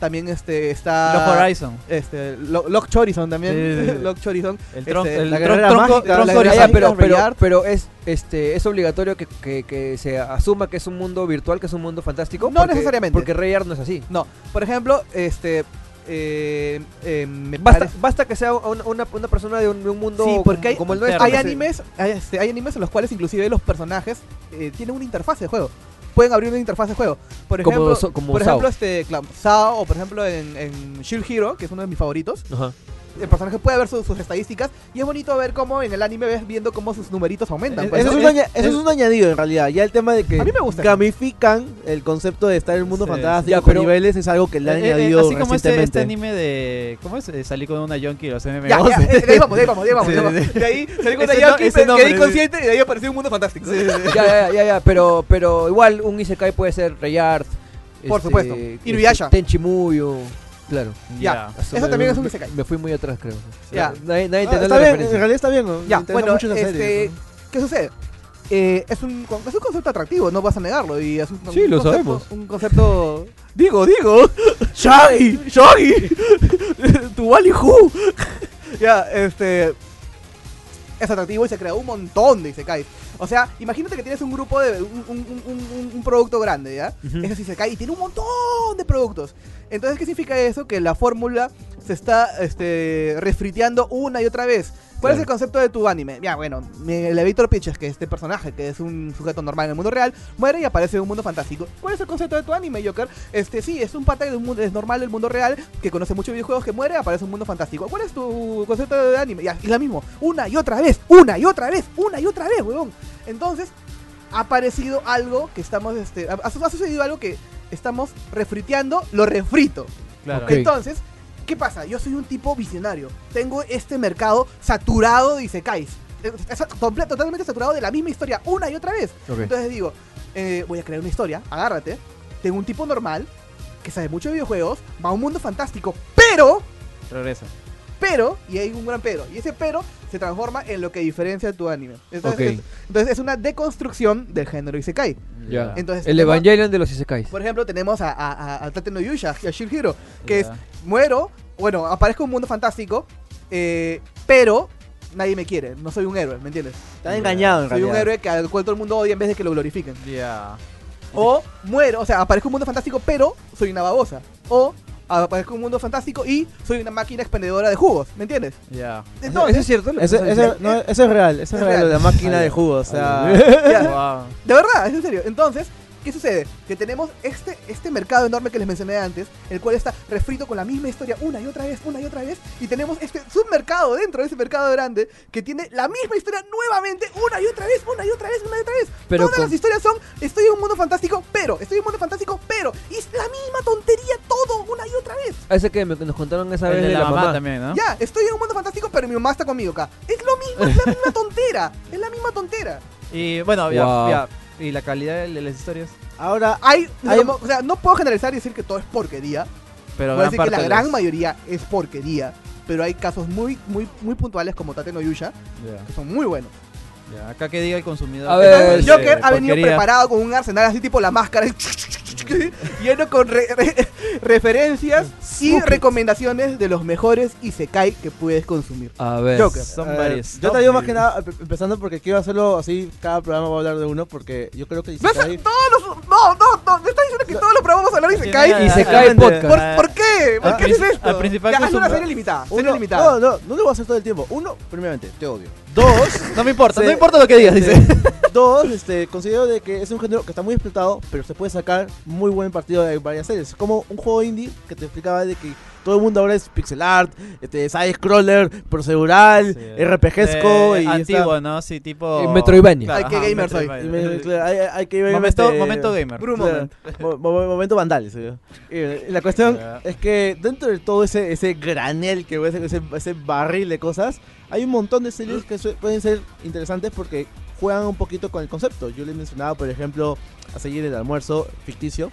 A: También este está...
B: Los Horizon.
A: Este, Lo- Lock Chorison también.
B: Sí, sí, sí.
A: Lock Chorison.
B: El tron-
A: Este,
B: el
A: la
B: tron-
A: guerrera
B: tronco-
A: mágica,
B: tronco
A: la guerrera-
B: horizontal.
A: Horizon,
D: Ah, ya, pero, pero,
A: Brillar.
D: pero es, este, es obligatorio que, que- que se asuma que es un mundo virtual, que es un mundo fantástico.
A: No necesariamente.
D: Porque Rayard no es así.
A: No, por ejemplo, este... eh, eh, me
D: Basta,
A: parece-
D: basta que sea una, una- una persona de un, de un mundo
A: Sí, porque hay,
D: como el nuestro.
A: hay
D: que se-
A: animes, hay, este, hay animes en los cuales inclusive los personajes eh, tienen una interfaz de juego. Pueden abrir una interfaz de juego. Por
D: Como
A: ejemplo,
D: so- como
A: por
D: Sao.
A: ejemplo este claro, Sao o por ejemplo en, en Shield Hero, que es uno de mis favoritos.
D: Ajá.
A: El personaje puede ver su- sus estadísticas y es bonito ver cómo en el anime ves viendo cómo sus numeritos aumentan.
C: Eh, Eso,
A: pues,
C: es
A: ¿no?
C: un aña- eso es un añadido en realidad. Ya el tema de que
A: A mí me gusta.
C: gamifican el concepto de estar en el mundo
B: Sí,
C: fantástico
D: sí. Ya,
C: con
D: pero-
C: niveles es algo que le han
B: Eh, eh,
C: añadido
B: así como este, este
C: recientemente.
B: anime de. ¿Cómo es? Eh, Salí con una Yonki y los MM.
A: Ya, ya, eh, de ahí vamos, de ahí vamos, de ahí vamos. de ahí vamos. De ahí salí con
B: Ese
A: Sayaki,
B: no- ese
A: me
B: nombre,
A: quedé
B: sí.
A: inconsciente y de ahí apareció un mundo fantástico.
D: ya, ya, ya, ya, pero, pero igual un Isekai puede ser Rayard.
A: Por supuesto. Inuyasha.
D: Tenchimuyo. Claro.
A: Ya, eso también es un Isekai.
D: Me fui muy atrás, creo.
A: Ya.
D: Nadie, nadie
C: Ah,
D: entendió la
C: está bien, en
D: referencia.
C: realidad está bien. ¿no?
A: Ya,
C: Me interesa
A: bueno,
C: mucho esa
A: este,
C: serie, ¿no?
A: ¿qué sucede? Eh, es, un, con- es un concepto atractivo, no vas a negarlo. Y es un,
D: Sí,
A: un
D: lo
A: concepto-
D: sabemos.
A: Un concepto. Digo, digo. Shaggy, Shaggy. tu Wally Who. ya, este. Es atractivo y se crea un montón de Isekais. O sea, imagínate que tienes un grupo de. un, un- un- un- un producto grande, ¿ya? Ese es Isekai y tiene un montón de productos. Entonces, ¿qué significa eso? Que la fórmula se está este, refriteando una y otra vez. ¿Cuál es el concepto de tu anime? Ya, bueno, me- el Victor Pitch es que este personaje, que es un sujeto normal en el mundo real, muere y aparece en un mundo fantástico. ¿Cuál es el concepto de tu anime, Joker? Este, sí, es un pata de un mundo, es normal del mundo real, que conoce muchos videojuegos, que muere, aparece en un mundo fantástico. ¿Cuál es tu concepto de anime? Ya, es la mismo. Una y otra vez, una y otra vez, una y otra vez, weón. Entonces, ha aparecido algo que estamos, este, ha, ha sucedido algo que estamos refriteando, lo refrito.
B: Claro.
E: Ok.
A: Entonces, ¿qué pasa? Yo soy un tipo visionario. Tengo este mercado saturado de isekais. Eh, está comple- Totalmente saturado de la misma historia una y otra vez.
E: Ok.
A: Entonces digo, eh, voy a crear una historia, agárrate. Tengo un tipo normal que sabe mucho de videojuegos, va a un mundo fantástico, pero,
B: Regresa.
A: pero, y hay un gran pero, y ese pero se transforma en lo que diferencia tu anime. Entonces,
E: Ok.
A: es, entonces es una deconstrucción del género Isekai.
E: Ya.
A: Entonces,
D: El
A: tenemos-
D: Evangelion de los Isekais.
A: por ejemplo, tenemos a, a, a, a Tate no Yusha, a Shirhiro, que
B: Ya.
A: es, muero, bueno, aparezco en un mundo fantástico, eh, pero nadie me quiere, no soy un héroe, ¿me entiendes?
C: Están engañados, en
A: Soy un
C: realidad.
A: héroe que al cual todo el mundo odia en vez de que lo glorifiquen.
B: Ya.
A: O muero, o sea, aparezco en un mundo fantástico, pero soy una babosa. O aparezco en un mundo fantástico y soy una máquina expendedora de jugos, ¿me entiendes?
B: Ya.
A: Entonces,
D: ¿Eso es cierto?
C: Eso, eso- no, eso es real, eso es,
A: Es
C: real, lo de la
A: real.
C: máquina de jugo, o sea...
A: ya,
B: Wow.
A: De verdad, es en serio. Entonces, ¿qué sucede? Que tenemos este, este mercado enorme que les mencioné antes, el cual está refrito con la misma historia una y otra vez, una y otra vez, y tenemos este submercado dentro de ese mercado grande que tiene la misma historia nuevamente una y otra vez, una y otra vez, una y otra vez.
D: Pero
A: Todas
D: con-
A: las historias son, estoy en un mundo fantástico, pero, estoy en un mundo fantástico, pero, y es la misma tontería todo una y otra vez.
D: Ese que me- nos contaron esa
B: El
D: vez
B: de
D: de
B: la mamá también,
D: ¿Ah?
B: ¿no?
A: Ya, estoy en un mundo fantástico, pero mi mamá está conmigo acá. Es lo mismo, es la misma tontera, es la misma tontera.
B: Y bueno, ya,
D: Wow.
B: ya. ¿Y la calidad de, de las historias?
C: Ahora,
A: Ah, Hay,
C: Hay-
A: o sea, no puedo generalizar y decir que todo es porquería,
B: Pero
A: Voy a decir que
B: parte
A: la
B: de
A: gran
B: los-
A: mayoría es porquería, pero hay casos muy, muy, muy puntuales como Tate no Yusha,
B: Ya,
A: que son muy buenos.
B: ya. Acá que diga el consumidor.
D: A
B: que-
D: ver,
A: Entonces,
D: sí,
A: Joker ha venido
B: Eh, porquería.
A: preparado con un arsenal así tipo la máscara, lleno con re- re- referencias y recomendaciones de los mejores Isekai que puedes consumir.
D: A ver.
A: Joker.
B: Son
C: eh,
B: varios.
C: yo te digo más que nada, em- empezando porque quiero hacerlo así, cada programa voy a hablar de uno, porque yo creo que...
A: ¿Ves?
C: Isekai-
A: Todos los- no, no, no, me estás diciendo que todos los programas hablan de Isekai.
D: Y se cae el podcast.
A: ¿Por, ¿Por qué? ¿Por
B: Al
A: qué es
B: princip-
A: esto?
B: al principal
A: Ya, hazlo una
B: consumidor-
A: serie limitada, serie
C: Uno,
A: limitada.
C: no, no, no lo voy a hacer todo el tiempo. Uno, primeramente, te odio.
B: No me importa,
C: Se-
B: no importa lo que digas, dice.
C: Dos, este, considero de que es un género que está muy explotado, pero se puede sacar muy buen partido de varias series. Como un juego indie que te explicaba de que todo el mundo ahora es pixel art, este, side scroller, procedural, RPGesco
B: Eh,
C: y
B: antiguo,
C: está-
B: ¿no? Sí, tipo.
D: Eh, Metroidvania.
A: Ay, qué
B: ajá,
A: gamer soy.
C: y me- claro, hay, hay que ver
B: eh, Momento,
C: este,
B: momento gamer.
A: Brew
C: claro,
A: moment.
C: mo- mo- momento vandal. sí. Y la cuestión
B: Ya.
C: es que dentro de todo ese, ese granel que ves, ese, ese barril de cosas, hay un montón de series que su- pueden ser interesantes porque juegan un poquito con el concepto. Yo les mencionaba, por ejemplo, a seguir el almuerzo ficticio.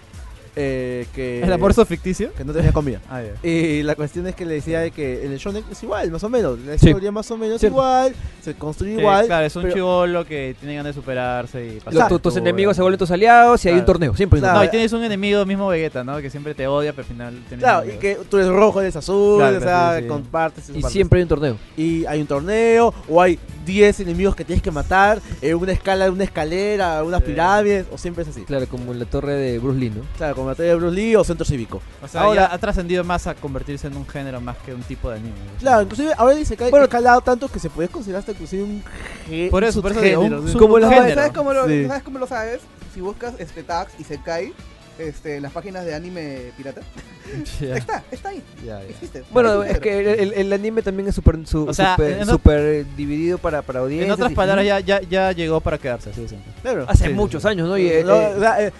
C: eh, que,
B: ¿El almuerzo ficticio?
C: Que no tenía comida.
B: Ah, ya.
C: Y la cuestión es que le decía de que en el shonen es igual, más o menos. La
D: Sí.
C: historia más o menos
D: Cierto.
C: igual, se construye
B: Que,
C: igual.
B: claro, es un
C: pero-
B: chivolo que tiene ganas de superarse y pasar
D: Los- tu-
B: por
D: tus
B: todo,
D: enemigos
B: ¿no?
D: se vuelven tus aliados y hay un
B: Claro.
D: torneo. Siempre hay un
C: Claro.
B: No,
D: torneo.
B: y tienes un enemigo mismo Vegeta, ¿no? Que siempre te odia, pero al final tienes
C: Claro,
B: amigos.
C: y que tú eres rojo, eres azul,
B: Claro,
C: o sea,
B: sí, sí.
C: compartes.
D: Y
C: compartes.
D: siempre hay un torneo.
C: y hay un torneo o hay 10 enemigos que tienes que matar en una escala, una escalera, unas
B: Sí.
C: pirámides o siempre es así.
D: Claro, como en la torre de Bruce Lee, ¿no?
C: Claro, como la teoría de Bruce Lee o Centro Cívico.
B: O sea,
C: Ahora-
B: ya ha trascendido más a convertirse en un género más que un tipo de anime.
C: Claro, inclusive ahora dice que
D: Bueno,
C: ha escalado tanto que se puede considerar hasta inclusive un ge-
B: Por eso, por eso digo,
C: subgénero,
B: un
C: ¿sí?
B: sub-
D: Como la-
A: ¿Sabes,
B: género.
A: sabes cómo lo,
C: Sí.
A: ¿Sabes cómo lo sabes? Si buscas este, tags y se cae este, en las páginas de anime pirata, está, está ahí,
B: Ya, ya.
A: existe.
D: Bueno,
A: Está ahí,
D: es que el, el- el anime también es super, su-
B: O sea,
D: super-
B: en ot-
D: super, eh, dividido para, para audiencias.
B: En otras
D: y-
B: palabras, ya, ya, ya llegó para quedarse, así de simple.
C: Claro.
D: Hace
B: Sí, sí,
D: muchos
B: sí.
D: años, ¿no? Y, eh,
C: No,
D: eh,
C: o sea, eh,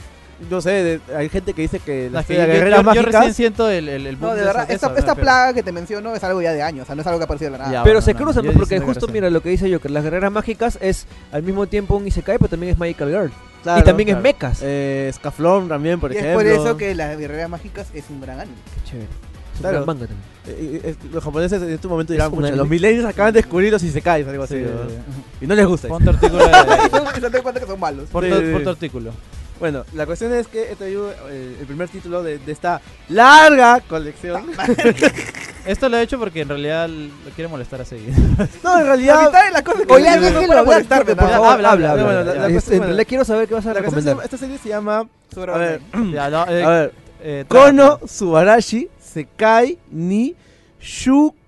C: no sé, de- hay gente que dice que
B: No,
C: las
B: es que
C: guerreras
B: yo- yo, yo
C: mágicas...
B: recién siento el, el, el boom
A: No, de
B: eso-
A: verdad, esta,
B: eso,
A: esta
B: pero-
A: plaga que te menciono es algo ya de años, o sea, no es algo que ha aparecido de la nada.
B: Ya,
D: pero
B: bueno,
D: se
B: no,
D: cruzan,
B: yo
D: ¿no?
B: digo
D: Porque
B: que
D: justo,
B: recién.
D: mira, lo que dice Joker, las guerreras mágicas es al mismo tiempo un Isekai, pero también es Magical Girl.
C: claro,
D: y también
C: claro.
D: es mechas.
C: Eh, Scaflón también, por
A: y
C: ejemplo.
A: es por eso que las guerreras mágicas es un gran anime.
D: Qué chévere. Es
C: claro.
D: un gran manga también.
C: Eh, eh, eh, los japoneses en este momento dirán,
D: Es un
C: "Pucha, los
D: anime".
C: millennials acaban de descubrirlos y se caen, algo así.
B: Sí,
C: ¿no?
B: sí, sí.
C: Y no les gusta.
B: Pon tu artículo. de-
A: Y no te das cuenta que son malos.
B: Pon
C: Sí, sí,
B: tu- pon
C: sí.
B: tu artículo.
C: Bueno, la cuestión es que este es el primer título de, de esta larga colección.
B: Esto lo he hecho porque en realidad lo quiere molestar a seguir.
C: No,
A: La
C: en realidad.
A: mitad de las cosas que
D: Oye,
A: yo digo
D: déjelo
A: no para
D: hablar,
A: molestarte,
D: por
A: nada.
D: favor,
B: habla, habla,
D: habla,
C: bueno,
D: habla.
C: la- la
D: Es-
C: cuestión-
D: en realidad quiero saber qué vas a
C: la canción se
D: recomendar.
C: llama- esta serie se llama.
A: Sobre
C: A ver,
B: Ya, no, eh,
C: a ver.
B: eh, trata.
C: Kono Subarashi Sekai ni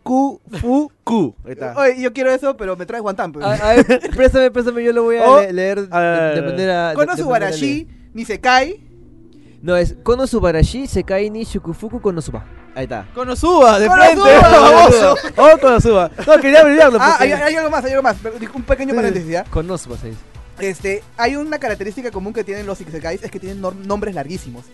C: Shukufuku. Ahí está.
A: Oye, yo quiero eso, pero me traes guantán. pues.
D: A, a ver, préstame, préstame, yo lo voy a
C: O-
D: le- leer de,
C: a ver,
D: de
C: a ver.
D: manera.
A: Kono
D: de- ah, de manera
A: Subarashi, ni se cae.
D: leída. No, es Kono Subarashi, Sekai ni Shukufuku Konosuba.
C: Ahí está.
B: Konosuba, de
A: Konosuba.
B: frente.
C: ¡Baboso! ¡Oh, Konosuba! No, quería abreviarlo.
A: Ah,
C: porque-
A: hay, hay algo más, hay algo más. pero Un pequeño paréntesis, ¿ya?
D: Konosuba se dice.
A: Este, hay una característica común que tienen los Isekais es que tienen nom- nombres larguísimos.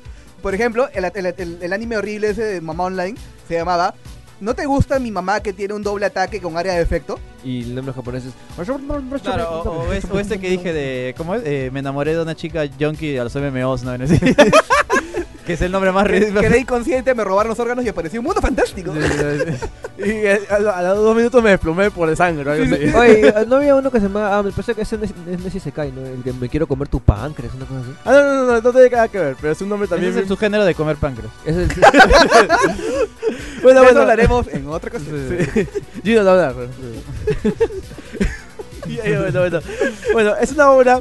A: Por ejemplo, el, el- el- el anime horrible ese de Mamá Online se llamaba ¿No te gusta mi mamá que tiene un doble ataque con área de efecto?
E: Y el nombre japonés es.
B: Claro, o, o es- o este que dije de. ¿Cómo es? Eh, me enamoré de una chica junkie a los MMOs, ¿no? Así. que es el nombre más ridículo.
A: Quedé inconsciente, me robaron los órganos y apareció un mundo fantástico.
C: Y eh, a, la- a los dos minutos me desplomé por el sangre. o algo así.
D: Oye, no había uno que se llama. Ah, me parece que ese es Nessie Sekai, ¿no? El que me quiero comer tu páncreas, una cosa así.
C: Ah, no, no, no, no, no tiene nada que ver, pero es un nombre
B: También
C: también.
B: es el
C: bien-
B: subgénero de comer páncreas.
D: Ese es el.
C: Bueno,
A: De
C: bueno,
A: eso hablaremos en otra cosa.
C: Gino lo habla.
D: pues.
C: Ya, ya, bueno, bueno. Bueno, es una obra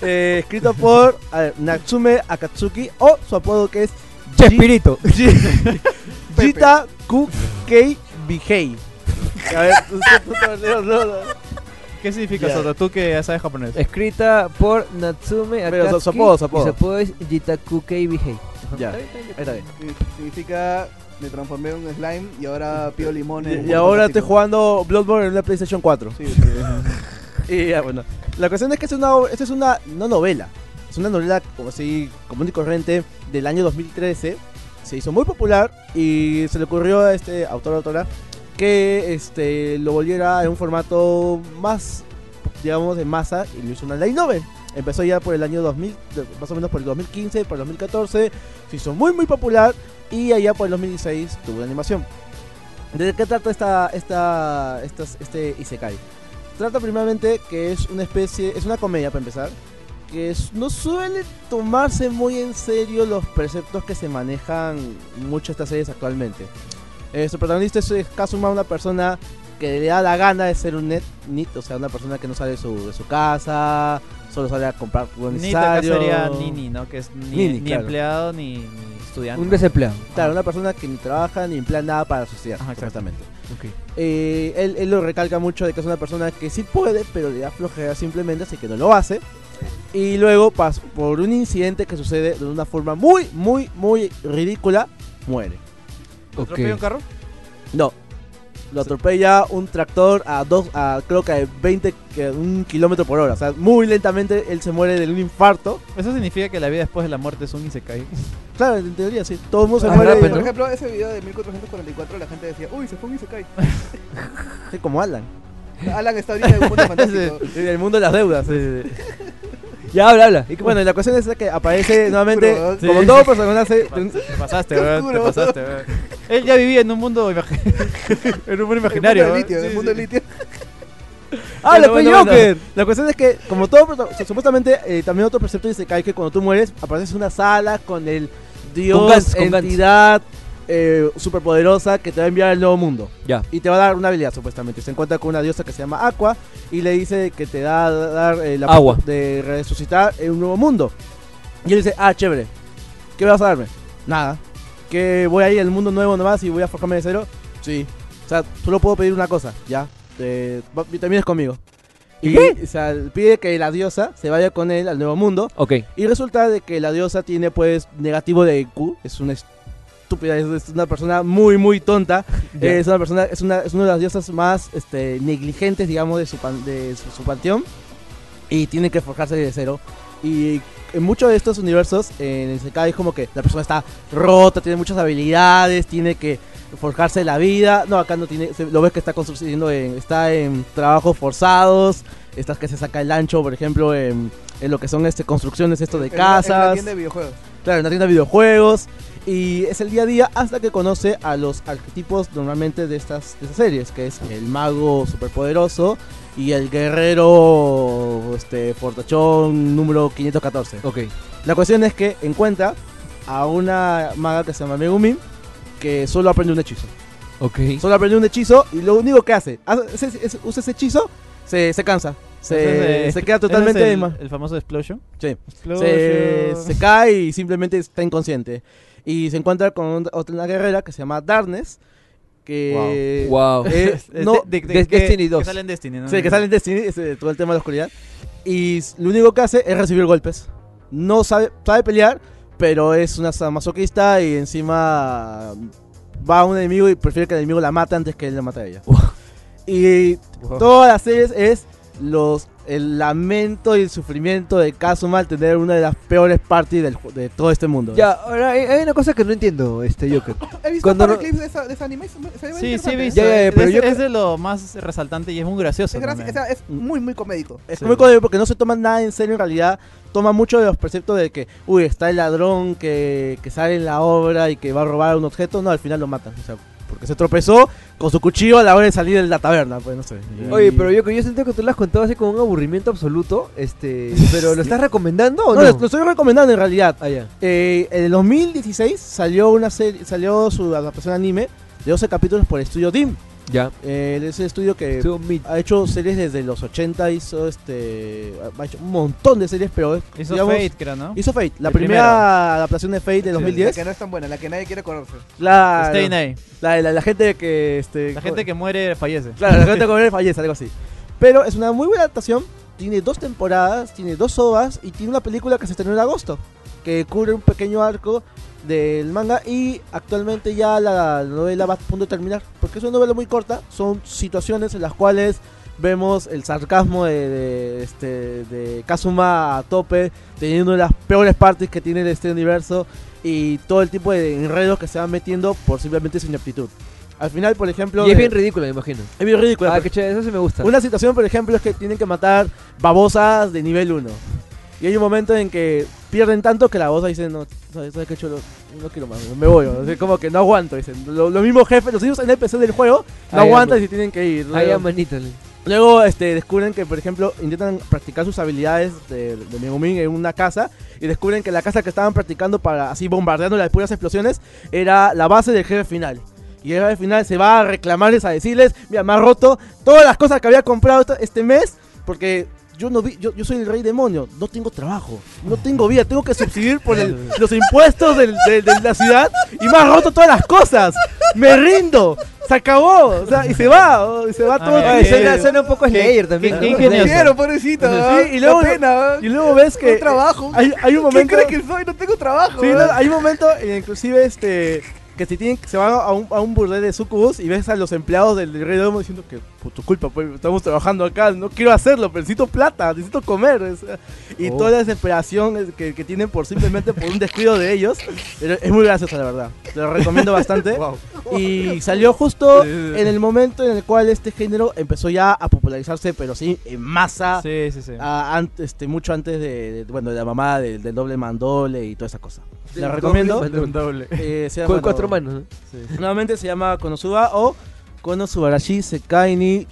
C: eh, escrita por a ver, Natsume Akatsuki o su apodo que es
D: Chespirito.
C: Ji- Jita Kukei Bihei. A ver, tú- tú- tú- no, no, no.
B: ¿Qué significa
C: Ya.
B: Soto? Tú que ya sabes japonés.
D: Escrita por Natsume
C: Pero
D: Akatsuki.
C: su- su apodo, su apodo.
D: Y su apodo es Jitakukei Bihei.
C: Ya, ahí
D: Está bien,
C: está bien.
A: Significa me transformé en un slime y ahora pido limones. en un
C: Y, y
A: mundo
C: ahora estoy
A: fantástico.
C: jugando Bloodborne en la PlayStation 4.
A: Sí, sí.
C: Y ya, bueno. La cuestión es que es una, ob- esta es una no novela. Es una novela como así, común y corriente del año 2013. Se hizo muy popular y se le ocurrió a este autor o autora que este, lo volviera en un formato más, digamos, de masa y lo hizo una light novel. Empezó ya por el año 2000, de- más o menos por el 2015, por el 2014. Se hizo muy, muy popular y allá por el 2016 tuvo una animación. ¿De qué trata esta, esta, estas- este Isekai? trata primeramente que es una especie, es una comedia para empezar, que es- no suele tomarse muy en serio los preceptos que se manejan mucho estas series actualmente. Eh, su protagonista es eh, Kazuma, una persona que le da la gana de ser un net, nit, o sea, una persona que no sale de su, de su casa, solo sale a comprar lo
B: Ni acá
C: necesario.
B: sería Nini, ¿no? Que es ni,
C: Nini,
B: ni
C: claro.
B: empleado ni, ni estudiante. Ah,
D: Un desempleado.
C: Claro, una persona que ni trabaja ni emplea nada para la sociedad.
B: Ajá, exacto.
C: exactamente. Eh, él, él lo recalca mucho de que es una persona que sí puede, pero le da flojera simplemente, así que no lo hace. Y luego, pas- por un incidente que sucede de una forma muy, muy, muy ridícula, muere.
B: ¿Te atropella un carro?
A: Ah,
C: No. Lo atropella un tractor a dos, a creo que a 20, que- un kilómetro por hora. O sea, muy lentamente él se muere de un infarto.
B: Eso significa que la vida después de la muerte es un isekai.
C: Claro, en teoría sí. Todo el mundo se
A: Ah,
C: muere.
A: por
C: de-
A: ejemplo, ese video de 1444 la gente decía, uy, se fue un Isekai.
C: Sí, como Alan.
A: Alan está ahorita en un mundo fantástico.
C: En el mundo de las deudas. sí, sí, sí.
D: Ya habla, habla.
C: Y que, bueno, la cuestión es que aparece nuevamente,
A: Pero,
B: sí.
C: como todo personaje, de un-
B: Te pasaste,
A: Te
B: weón. Te
A: juro.
B: pasaste, weón. Él ya vivía en un mundo, imagi- en un mundo
A: El
B: imaginario.
A: mundo del
B: weón.
A: litio,
B: Sí,
A: el mundo del
B: sí.
A: litio.
C: ¡Ah,
D: Bueno,
C: la Pay
D: bueno, bueno.
C: Joker! La cuestión es que, como todo, prota- su- supuestamente, eh, también otro precepto dice que hay que cuando tú mueres, apareces en una sala con el dios,
D: Con Gantz, con Gantz.
C: entidad eh, superpoderosa que te va a enviar al nuevo mundo.
D: Ya.
C: Y te va a dar una habilidad, supuestamente. Se encuentra con una diosa que se llama Aqua y le dice que te da a dar eh, la
D: Agua.
C: de resucitar en un nuevo mundo. Y él dice, ah, chévere, ¿qué vas a darme? Nada. ¿Que voy a ir al mundo nuevo nomás y voy a forjarme de cero? Sí. O sea, solo puedo pedir una cosa, ya. Eh, va- termines conmigo. Y o sea, pide que la diosa se vaya con él al nuevo mundo.
D: Ok.
C: Y resulta de que la diosa tiene pues negativo de IQ. Es una estúpida, es, es una persona muy, muy tonta. Eh, es una persona, es una, es una de las diosas más este, negligentes, digamos, de su, pan- de su, su panteón. Y tiene que forjarse de cero. Y en muchos de estos universos, en el Sekai es como que la persona está rota, tiene muchas habilidades, tiene que forjarse la vida. No, acá no tiene, se- lo ves que está construyendo, en, está en trabajos forzados. Estas que se saca el ancho, por ejemplo, en, en lo que son este, construcciones, esto de
A: En una- en una
C: casas.
A: tienda de videojuegos.
C: Claro, en una tienda de videojuegos. Y es el día a día hasta que conoce a los arquetipos normalmente de estas, de estas series, que es el mago superpoderoso y el guerrero este, fortachón número 514.
D: Ok.
C: La cuestión es que encuentra a una maga que se llama Megumi, que solo aprende un hechizo.
D: Ok.
C: Solo aprende un hechizo y lo único que hace, hace- ese- ese- usa ese hechizo, se, se cansa. Se,
B: Entonces, eh,
C: se queda
B: ¿ese es
C: totalmente...
B: el,
C: ma-
B: el famoso explosion.
C: Sí.
B: Explosion.
C: se, se cae y simplemente está inconsciente. Y se encuentra con un- otra una guerrera que se llama Darnes. Que
D: Wow.
C: es-
B: Es
C: no,
B: de- de-
D: Des-
B: que-
D: Destiny 2.
B: Que sale en Destiny, ¿no?
C: sí, que sale en Destiny, ese, todo el tema de la oscuridad. Y s- lo único que hace es recibir golpes. No sabe, sabe pelear, pero es una masoquista y encima va a un enemigo y prefiere que el enemigo la mate antes que él la mate a ella. Y todas las series es los el lamento y el sufrimiento de Kazuma al tener una de las peores parties del ju- de todo este mundo.
D: Ya, ahora hay, hay una cosa que no entiendo, este Joker.
A: He visto
D: Cuando
A: un par
D: no-
A: de clips de, esa, de ese anime. se- se ve
B: Sí, sí,
A: interesante,
B: he
A: ¿eh?
B: visto.
D: Ya, ya, ya,
B: Es-
D: pero yo
B: es,
D: creo-
B: es de lo más resaltante y es muy gracioso.
A: Es, gracia- o
B: también.
A: sea, es muy, muy comédico.
C: Es
B: Sí.
C: muy código porque no se toma nada en serio en realidad. Toma mucho de los preceptos de que, uy, está el ladrón que, que sale en la obra y que va a robar un objeto. No, al final lo matan. O sea, porque se tropezó con su cuchillo a la hora de salir de la taberna. Pues no sé.
B: Y-
D: Oye, pero Joker, yo siento que tú lo has contado así con un aburrimiento absoluto, este, pero ¿lo estás recomendando o
C: No,
D: no?
C: lo- lo estoy recomendando en realidad.
D: Ah, ya.
C: Eh, en el 2016 salió una serie, salió su adaptación anime de 12 capítulos por el estudio DIM.
D: Ya.
C: Eh, es el estudio que
D: Estuvo mid.
C: ha hecho series desde los 80, hizo este ha hecho un montón de series, pero eh,
B: Hizo
C: digamos,
B: Fate, creo, ¿no?
C: Hizo Fate, la
B: El
C: primera
B: primero.
C: adaptación de Fate de
A: La
C: 2010.
A: que no es tan buena, la que nadie quiere conocer.
C: Claro,
B: Stay Night.
C: la, la- la gente que este,
B: La gente que muere fallece.
C: Claro, la gente con él fallece, algo así. Pero es una muy buena adaptación. Tiene dos temporadas, tiene dos ovas y tiene una película que se estrenó en agosto. Que cubre un pequeño arco del manga y actualmente ya la novela va a punto de terminar. Porque es una novela muy corta. Son situaciones en las cuales vemos el sarcasmo de, de, este, de Kazuma a tope. Teniendo una de las peores partes que tiene este universo. Y todo el tipo de enredos que se van metiendo por simplemente su ineptitud. Al final, por ejemplo...
D: Y es
C: de-
D: bien ridículo, me imagino.
C: es bien ridículo.
D: Ah, qué chévere, eso sí me gusta.
C: Una situación, por ejemplo, es que tienen que matar babosas de nivel 1. Y hay un momento en que pierden tanto que la babosa dice, no, ¿sabes, sabes qué chulo? No quiero más, me voy. O sea, como que no aguanto, dicen. Lo- Los mismos jefes, los mismos NPC del juego,
D: Ah,
C: no
D: ya,
C: aguantan
D: pues.
C: y se tienen que ir.
D: Ah, ya,
C: Luego,
D: manito. le-
C: luego, este, descubren que, por ejemplo, intentan practicar sus habilidades de, de Megumin en una casa y descubren que la casa que estaban practicando para así bombardeando las puras explosiones era la base del jefe final. Y el jefe final se va a reclamarles, a decirles, mira, me ha roto todas las cosas que había comprado esta- este mes porque yo no vi, yo, yo soy el rey demonio, no tengo trabajo, no tengo vida, tengo que subsidir por el- los impuestos del- del- de la ciudad y me ha roto todas las cosas. Me rindo, se acabó, o sea, y se va, o- y se va
B: Ah,
C: todo.
B: mira,
C: el-
B: qué-
D: Oye, suena, suena un poco Slayer también.
B: qué-
D: ¿no?
B: qué
A: No
B: ingenioso.
A: quiero, pobrecito.
C: Sí, y
A: y
C: luego-
A: luego. Pena,
C: Y luego ves que eh,
A: No trabajo.
C: hay, hay
A: ¿Quién
C: un momento.
A: crees que soy? No tengo trabajo.
C: Sí,
A: ¿verdad?
C: no, hay un momento, eh, inclusive, este, que se, tienen, se van a un, a un burdel de sucubus y ves a los empleados del Rey Domo diciendo que por tu culpa, pues, estamos trabajando acá, no quiero hacerlo, pero necesito plata, necesito comer. o sea, y
D: Oh.
C: toda la desesperación es que, que tienen por simplemente por un descuido de ellos. pero es muy graciosa, la verdad. Te lo recomiendo bastante. Y salió justo en el momento en el cual este género empezó ya a popularizarse, pero sí en masa.
B: Sí, sí, sí.
C: a- an- este, mucho antes de, de- bueno, de la mamá del, del doble mandole y toda esa cosa. La
D: Del
C: recomiendo.
D: doble mandole.
C: Eh, se
D: Cu-
C: llama-
D: cuatro manos, ¿no?
C: Nuevamente se llama Konosuba o Konosubarashi Sekaini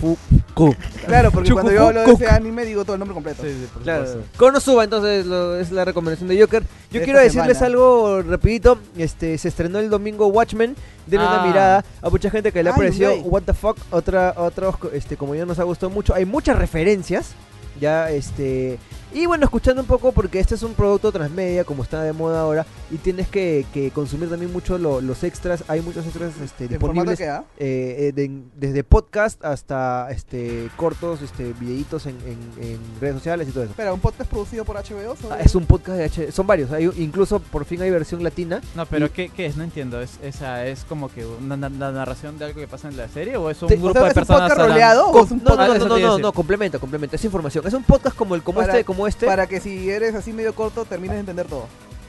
C: Chukufuku.
A: Claro, porque cuando yo hablo de
C: Chucufucu.
A: ese anime digo todo el nombre completo.
B: Sí, sí, por
D: Claro.
B: supuesto.
D: Konosuba, entonces, lo- es la recomendación de Joker. Yo
A: Esta
D: quiero decirles
A: semana.
D: algo rapidito. Este, se estrenó el domingo Watchmen. Denle una
B: Ah.
D: mirada a mucha gente que le ha
A: Ay,
D: parecido
A: güey.
D: What the fuck. Otra, otros, este, como yo nos ha gustado mucho. Hay muchas referencias. Ya, este. Y bueno, escuchando un poco, porque este es un producto transmedia, como está de moda ahora, y tienes que, que consumir también mucho lo- los extras. Hay muchos extras este,
A: ¿En formato
D: disponibles
A: que da?
D: eh, eh, de- desde podcast hasta este cortos, este videitos en, en- en redes sociales y todo eso.
A: Espera, ¿un podcast producido por HBO? sobre-
D: Ah, Es un podcast de H, son varios, hay, incluso por fin hay versión latina.
B: No, pero ¿qué, qué es? No entiendo. ¿Es, esa, ¿Es como que una, na- la narración de algo que pasa en la serie o es un
D: Sí, o
B: grupo
A: O sea,
B: de
A: ¿Es un
B: personas
A: podcast
B: hablando?
A: roleado o
D: Com-
A: es un
D: no,
A: podcast
D: no, no,
B: eso
D: no,
B: te iba a
D: no,
B: decir.
D: no, complementa, complementa, es información, es un podcast como el como
A: Para-
D: este, como este
A: para que si eres así medio corto termines de entender todo?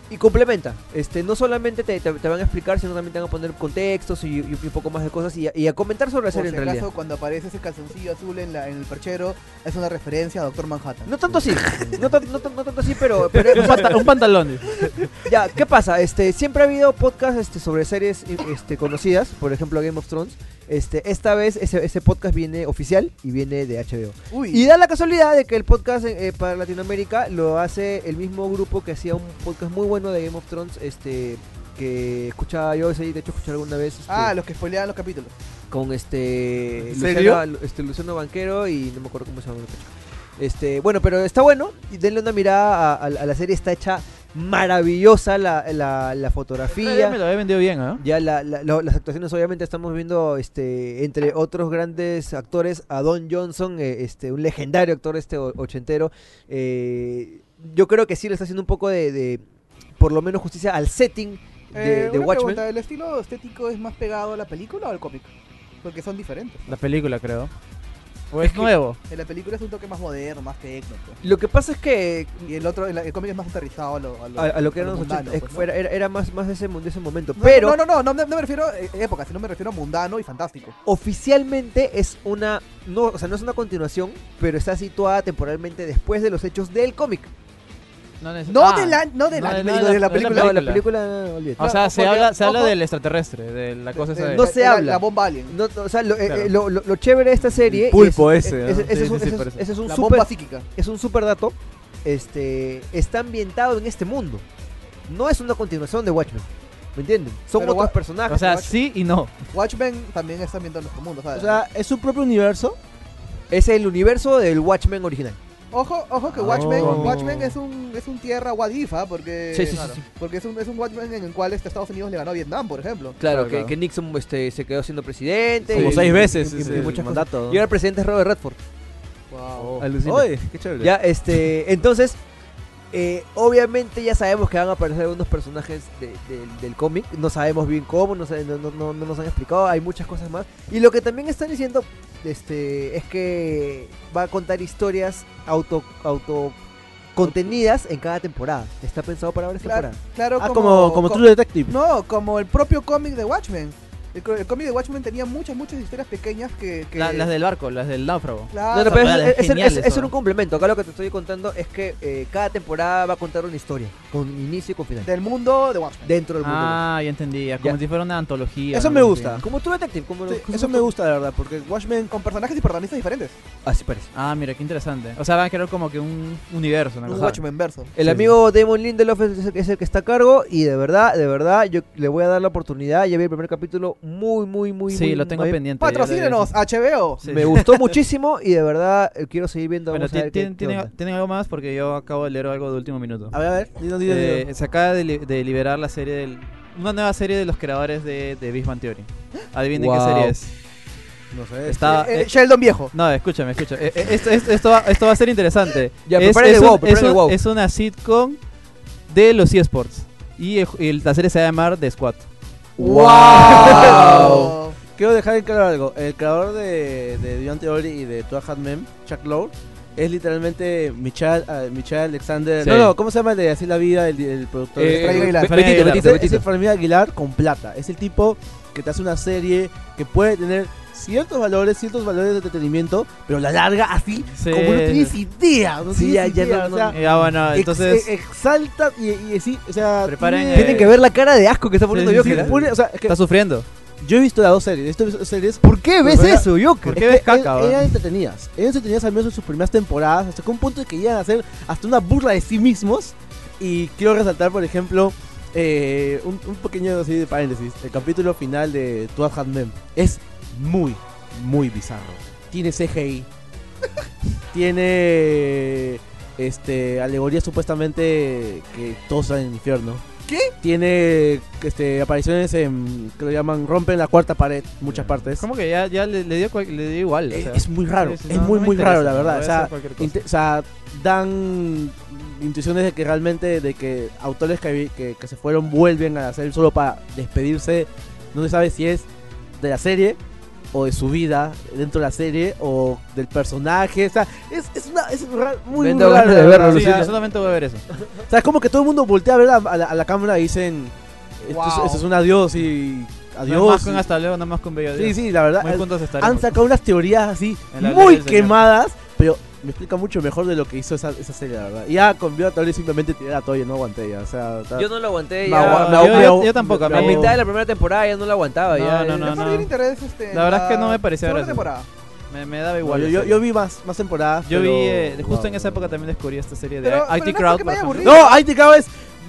D: y complementa. Este, no solamente te, te- te van a explicar, sino también te van a poner contextos y, y un poco más de cosas y a, y a comentar sobre
A: Por
D: la
A: si
D: serie en
A: acaso,
D: realidad.
A: cuando aparece ese calzoncillo azul en, la, en el perchero, es una referencia a Doctor Manhattan.
D: No tanto así, no, tan- no tan- no tanto así, pero, pero
B: Un, panta- un pantalón.
D: Ya, ¿qué pasa? Este, siempre ha habido podcasts este, sobre series este, conocidas, por ejemplo Game of Thrones. Este, esta vez ese, ese podcast viene oficial y viene de HBO.
A: Uy,
D: Y da la casualidad de que el podcast eh, eh, para Latinoamérica lo hace el mismo grupo que hacía un podcast muy bueno de Game of Thrones, este, que escuchaba yo ese, de hecho escuché alguna vez este,
A: ah, los que spoileaban los capítulos.
D: con este
C: ¿En serio?
D: Luciano, Lu- este Luciano Banquero y no me acuerdo cómo se llama el otro chico. Este, bueno, pero está bueno y denle una mirada a, a- a la serie, está hecha maravillosa la, la, la
B: Ya me
D: fotografía.
B: lo había vendido bien, ¿ah?
D: Ya la- la- lo- las actuaciones, obviamente, estamos viendo este entre otros grandes actores a Don Johnson, eh, este un legendario actor este o- ochentero. Eh, yo creo que sí le está haciendo un poco de, de, por lo menos justicia al setting de,
A: Eh,
D: de
A: una
D: Watchmen.
A: pregunta, ¿El estilo estético es más pegado a la película o al cómic? Porque son diferentes.
B: La película, creo. O es nuevo.
A: En la película es un toque más moderno, más tecno. pues.
D: Lo que pasa es que
A: Y el otro, el, el cómic es más aterrizado a lo, a lo,
D: a, a lo que eran los 80,
A: mundano,
D: eh,
A: pues, ¿no?
D: fuera- era, era más, más de, ese, mu- de ese momento.
A: No,
D: pero
A: No, no, no, no, no me refiero a época, sino me refiero a mundano y fantástico.
D: Ah, oficialmente es una. No, o sea, no es una continuación, pero está situada temporalmente después de los hechos del cómic.
B: No, neces-
A: No
B: ah.
A: del an- no del
B: no
A: anime,
B: no
A: digo, de la película.
D: No, la película, no, olvídate.
B: O sea, se
A: porque-
B: habla, se habla
A: ojo.
B: del extraterrestre, de la cosa esa
A: Eh,
B: de...
D: no se
A: la-
D: habla.
A: La bomba alien.
D: No, no, o sea, lo, eh,
B: Claro.
D: eh, lo- lo- lo chévere de esta serie. y
E: pulpo
D: es-
E: ese, ¿no?
D: es- ese
E: Sí,
D: es
E: sí,
D: un-
E: sí,
D: ese es-
E: parece.
D: ese es un
A: la
D: super
A: bomba psíquica.
D: es un super dato, este, está ambientado en este mundo. No es una continuación de Watchmen. ¿Me entienden? Son
A: Pero
D: otros
A: Wa-
D: personajes.
B: o sea,
D: ¿no?
B: sí y no.
A: Watchmen también está ambientado en nuestro mundo, ¿sabes?
C: O sea, es su propio universo.
D: es el universo del Watchmen original.
A: ojo, ojo que Watchmen,
C: Oh.
A: Watchmen es un es un tierra guadifa porque
D: Sí, sí, sí, sí.
A: porque es un es un Watchmen en el cual este Estados Unidos le ganó a Vietnam, por ejemplo.
D: Claro, que, que Nixon este, se quedó siendo presidente.
E: Como
D: y-
E: seis veces
D: y- y-
E: es
D: y
E: el
D: muchas cosas.
E: mandato.
D: Y ahora el presidente es Robert Redford.
C: Oh,
A: Wow.
E: Alucina. Oye, qué chévere.
D: Ya, este, entonces, eh, obviamente ya sabemos que van a aparecer algunos personajes de- de- del cómic, no sabemos bien cómo, no, sabe- no, no- no- no nos han explicado, hay muchas cosas más. Y lo que también están diciendo este, es que va a contar historias auto, auto contenidas en cada temporada. Está pensado para varias
A: Claro,
D: temporadas.
A: claro
C: Ah, como, como
A: co-
C: True Detective.
A: No, como el propio cómic de Watchmen. El, co- el cómic de Watchmen tenía muchas muchas historias pequeñas que, que-
B: La- las del barco, las del náufrago.
A: Claro,
D: No, no, pero
B: Ah,
D: es,
B: es
D: es- es-
B: genial
D: es-
B: eso.
D: es un complemento. Acá lo que te estoy contando es que eh, cada temporada va a contar una historia, con inicio y con final.
A: del mundo de Watchmen.
D: Dentro del mundo.
B: Ah, ya entendía, como si fuera una antología.
C: Eso
B: ¿no?
C: me
B: Algo
C: gusta.
B: así.
D: Como tú, detective, como
C: Sí,
D: como-
C: eso me gusta, la verdad, porque Watchmen...
A: con personajes y protagonistas diferentes.
D: Así parece.
B: Ah, mira, qué interesante. O sea, van a crear como que un universo, una
A: Un
B: cosa.
A: Watchmen verso.
D: El
B: Sí,
D: amigo Damon Lindelof es el, es el que está a cargo y de verdad, de verdad, yo le voy a dar la oportunidad. Ya vi el primer capítulo muy, muy, muy,
B: Sí,
D: muy-
B: lo tengo
D: muy-
B: pendiente. ya lo diré.
A: Patrocínenos, Ah, HBO.
B: Sí.
D: Me gustó muchísimo y de verdad eh, quiero seguir viendo.
B: Bueno,
D: vamos a ver
B: ti-
D: qué-
B: tienen,
D: qué
B: tienen-
D: onda.
B: tienen algo más porque yo acabo de leer algo de último minuto.
C: A ver, a ver, dinos, dinos,
B: Eh,
C: dinos.
B: se acaba de, li- de liberar la serie del... Una nueva serie de los creadores de, de Big Bang Theory. Adivinen qué
D: Wow.
B: serie
C: Este,
B: es.
C: No sé.
B: Está,
A: Eh,
B: eh,
A: Sheldon viejo.
B: No, escúchame, escúchame. Eh, eh, Esto, esto, esto va, esto va a ser interesante.
D: Ya,
B: es,
D: preparen
B: es
D: el
B: un-
D: wow, preparen
B: es un-
D: el wow.
B: es una sitcom de los eSports. Y el, el- la serie se va a llamar The Squad.
C: ¡Wow! Quiero dejar en claro algo. El creador de, de Beyond Theory y de Two Hat Mem, Chuck Lorre, es literalmente Michelle, Alexander.
B: Sí.
C: No, no, ¿cómo se llama el de Así la Vida, el, el productor?
D: Eh,
C: Frank
D: eh,
C: Aguilar.
B: Frank
D: Betito,
B: Aguilar.
D: Betito,
C: Ese-
D: Betito.
C: ese Es Fermín Aguilar con plata. Es el tipo que te hace una serie que puede tener ciertos valores, ciertos valores de entretenimiento, pero la larga así,
B: Sí.
C: como no tienes idea. No
D: Sí,
C: tienes
D: ya- ya
C: idea,
D: no-
C: o sea,
B: Ya, Eh, ah, bueno,
C: ex-
B: entonces...
C: e- exalta y, y, y sí, o sea,
B: Preparen,
C: tiene-
B: eh,
D: Tienen que ver la cara de asco que está poniendo
B: sí,
D: yo
B: sí,
C: tiene-
B: sí.
C: pone- o sea, es que
B: Está sufriendo.
C: yo he visto las dos series, he visto dos series
D: ¿Por qué ves
C: Pero,
D: eso, Joker?
B: ¿Por qué ves
C: Eran-
B: caca? weón?
C: Eran entretenidas. Eran entretenidas al menos en sus primeras temporadas, hasta que un punto en que llegan a hacer hasta una burla de sí mismos. Y quiero resaltar, por ejemplo, eh, un, un pequeño así de paréntesis. El capítulo final de Two Hand Men es muy, muy bizarro. Tiene CGI. tiene este alegoría supuestamente que todos están en el infierno. ¿Qué? Tiene este, apariciones en, que lo llaman rompen la cuarta pared, muchas partes.
B: Como que ya, ya le, le dio, cual- le dio igual. o
C: Es,
B: sea.
C: Eh, es muy raro,
B: Sí, sí,
C: es
B: no,
C: muy
B: no me
C: muy raro la
B: interesa, voy
C: verdad. O
B: a
C: sea,
B: hacer cualquier cosa.
C: inte- o sea, dan intuiciones de que realmente de que autores que, vi- que, que se fueron vuelven a hacer solo para despedirse. No se sabe si es de la serie o de su vida dentro de la serie o del personaje. O sea, es, es, una, es ra- muy, muy
D: Vendo
C: raro.
D: ganas de
C: la verdad,
D: verlo,
C: o
B: Sí,
C: sea,
B: yo solamente voy a ver eso.
C: o sea, es como que todo el mundo voltea a ver a, a la, a la cámara y dicen: esto, es-
A: Wow.
C: esto es un adiós y
B: Adiós. No más
C: adiós.
B: con hasta luego, no más con bello
C: sí,
B: adiós.
C: sí, la verdad.
B: Muy
C: Ah, es-
B: juntos estaremos.
C: han sacado unas teorías así
B: En la gloria
C: muy
B: del Señor.
C: quemadas, pero me explica mucho mejor de lo que hizo esa, esa serie, la verdad. Y ya con Viola Torres simplemente tiré la toalla, no aguanté ya. O sea, está-
D: Yo no lo aguanté
C: Me
D: ya.
C: agua-
B: No,
C: me
D: La
C: agua-
B: yo, yo- yo tampoco. a
C: me-
D: la
B: mí-
C: me-
D: mitad de la primera temporada ya no lo aguantaba.
B: No,
D: ya,
B: no,
D: ya-
B: no,
A: Les perdí el interés, este,
B: La verdad es que no me pareció
A: segunda
B: gracioso.
A: temporada.
B: me, me daba
C: Igual,
B: igual.
C: yo,
B: la
C: yo,
B: serie.
C: yo vi más, más temporadas.
B: Yo vi,
C: pero-
B: eh, justo en
C: wow.
B: esa época también descubrí esta serie de
A: Pero- pero
B: IT
A: no es
B: Crowd.
A: que me
B: por
A: haya
B: ejemplo.
A: aburrido.
C: No, IT Crowd es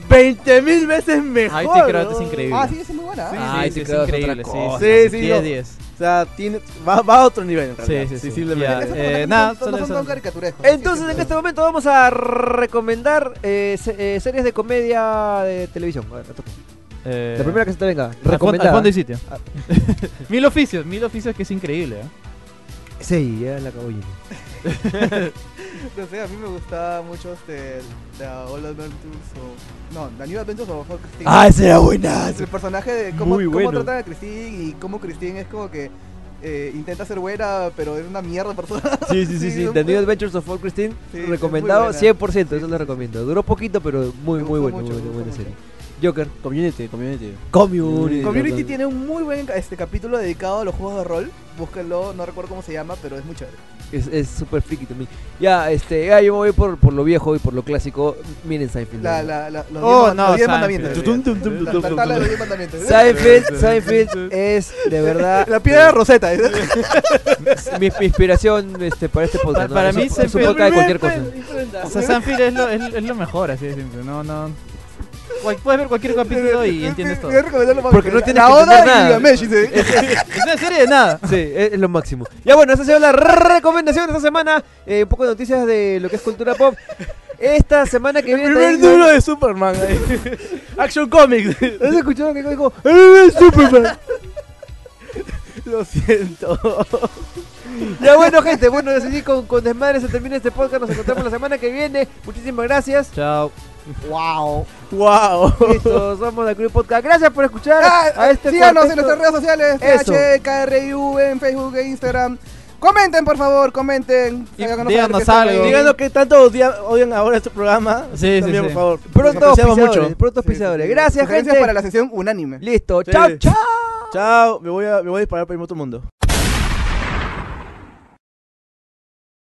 C: 20 mil veces mejor.
B: IT Crowd es
C: ¿no?
B: increíble.
A: Ah, sí, esa es muy buena.
B: Sí,
A: ¿ah?
D: Ah,
B: sí,
D: IT
B: sí, es
D: Crowd es otra
B: increíble. Sí,
D: cosa.
B: sí,
C: Sí, sí,
B: 10,
C: no.
B: 10.
C: O sea, tiene, va, va a otro nivel en
B: Sí,
C: realidad.
B: sí, sí.
C: simplemente.
B: Ya,
A: Esos
B: eh,
A: personajes
B: nada,
A: son- son-
B: solo
A: son- son
B: eso.
A: caricaturescos.
D: Entonces,
A: Sí,
D: en
A: sí,
D: este momento vamos a recomendar eh, se- eh, series de comedia de televisión. A ver, te toca.
B: Eh,
D: La primera que se te venga.
B: al fon- Al
D: Recomendada.
B: fondo y sitio.
D: Ah.
B: mil oficios, mil oficios que es increíble. ¿eh?
D: Sí, ya la acabo yendo.
A: No sé, a mí me gustaba mucho este. The All Adventures o. No, The New Adventures of Christine.
C: Ah, esa era buena.
A: el personaje de cómo,
C: Muy
A: cómo
C: bueno.
A: tratan a Christine y cómo Christine es como que eh, intenta ser buena, pero es una mierda persona.
D: Sí, sí, sí,
A: Sí,
D: sí.
A: son
D: The New
A: muy-
D: Adventures of Paul Christine,
A: Sí, es
D: recomendado
A: muy buena.
D: 100%, eso
A: sí,
D: lo
A: sí.
D: recomiendo. Duró poquito, pero muy,
A: Me
D: muy
A: gustó
D: bueno,
A: mucho,
D: muy
A: me
D: buena, buena
A: gustó
D: serie. Joker,
E: Community, community.
D: Community.
A: Community tiene un muy buen este capítulo dedicado a los juegos de rol. Búsquenlo, no recuerdo cómo se llama, pero es muy chévere.
D: Es es súper friki también. Ya, este, ya yo me voy por, por lo viejo y por lo clásico. Miren Seinfeld.
A: La, la, la, los
B: Oh,
A: diez,
B: no,
A: los diez
B: Seinfeld.
A: mandamientos.
B: Tutum,
A: La- La tabla de los diez mandamientos.
D: Seinfeld, Seinfeld es de verdad
A: La piedra de Rosetta. ¿eh?
D: mi mi inspiración este, para este podcast.
B: Para- para
D: ¿no? Es
B: mí
D: un- es un
B: Seinfeld-
D: podcast de cualquier cosa.
B: O sea, Sanfield es lo, es, es lo mejor, así de simple. No, no. Cual- puedes ver cualquier capítulo y entiendes todo.
A: Voy a recomendarlo más
D: Porque
A: que
D: no
A: la-
D: tienes
A: la
D: que
A: Oda
D: entender nada.
A: y Gamesh, dice.
B: Es una serie de nada.
D: Sí, es es lo máximo. Ya bueno, esa ha sido la recomendación de esta semana. Eh, un poco de noticias de lo que es cultura pop. Esta semana que viene.
E: Primer
D: también-
E: número de Superman. ahí. Action Comics.
D: ¿Has escuchado que dijo? "¡Eh,
E: Lo siento.
D: Ya bueno, gente. Bueno, así con, con desmadre se termina este podcast. Nos encontramos la semana que viene. Muchísimas gracias.
B: Chao.
A: Wow.
E: Wow.
D: Listo, somos la Crew Podcast. Gracias por escuchar
A: Ah,
D: a este
A: Síganos en
D: cuarteto.
A: nuestras redes sociales, E
D: Eso.
A: PH, KRIU, en Facebook e Instagram. Comenten, por favor, comenten.
B: Y
A: Háganos saber
B: díganos
A: que están
B: algo.
A: ahí.
C: Díganos que tanto odia- odian ahora este programa.
B: Sí, sí,
C: También,
B: sí.
C: por favor.
D: Pronto
C: Los apreciamos
D: auspiciadores.
C: mucho.
D: Pronto
A: Sí, sí, sí.
D: auspiciadores. Gracias,
A: Sugerencias
D: gente.
A: para la sesión unánime.
D: Listo.
C: Sí.
D: Chao, chao.
C: Chao, me voy a, me voy a disparar para irme a otro mundo.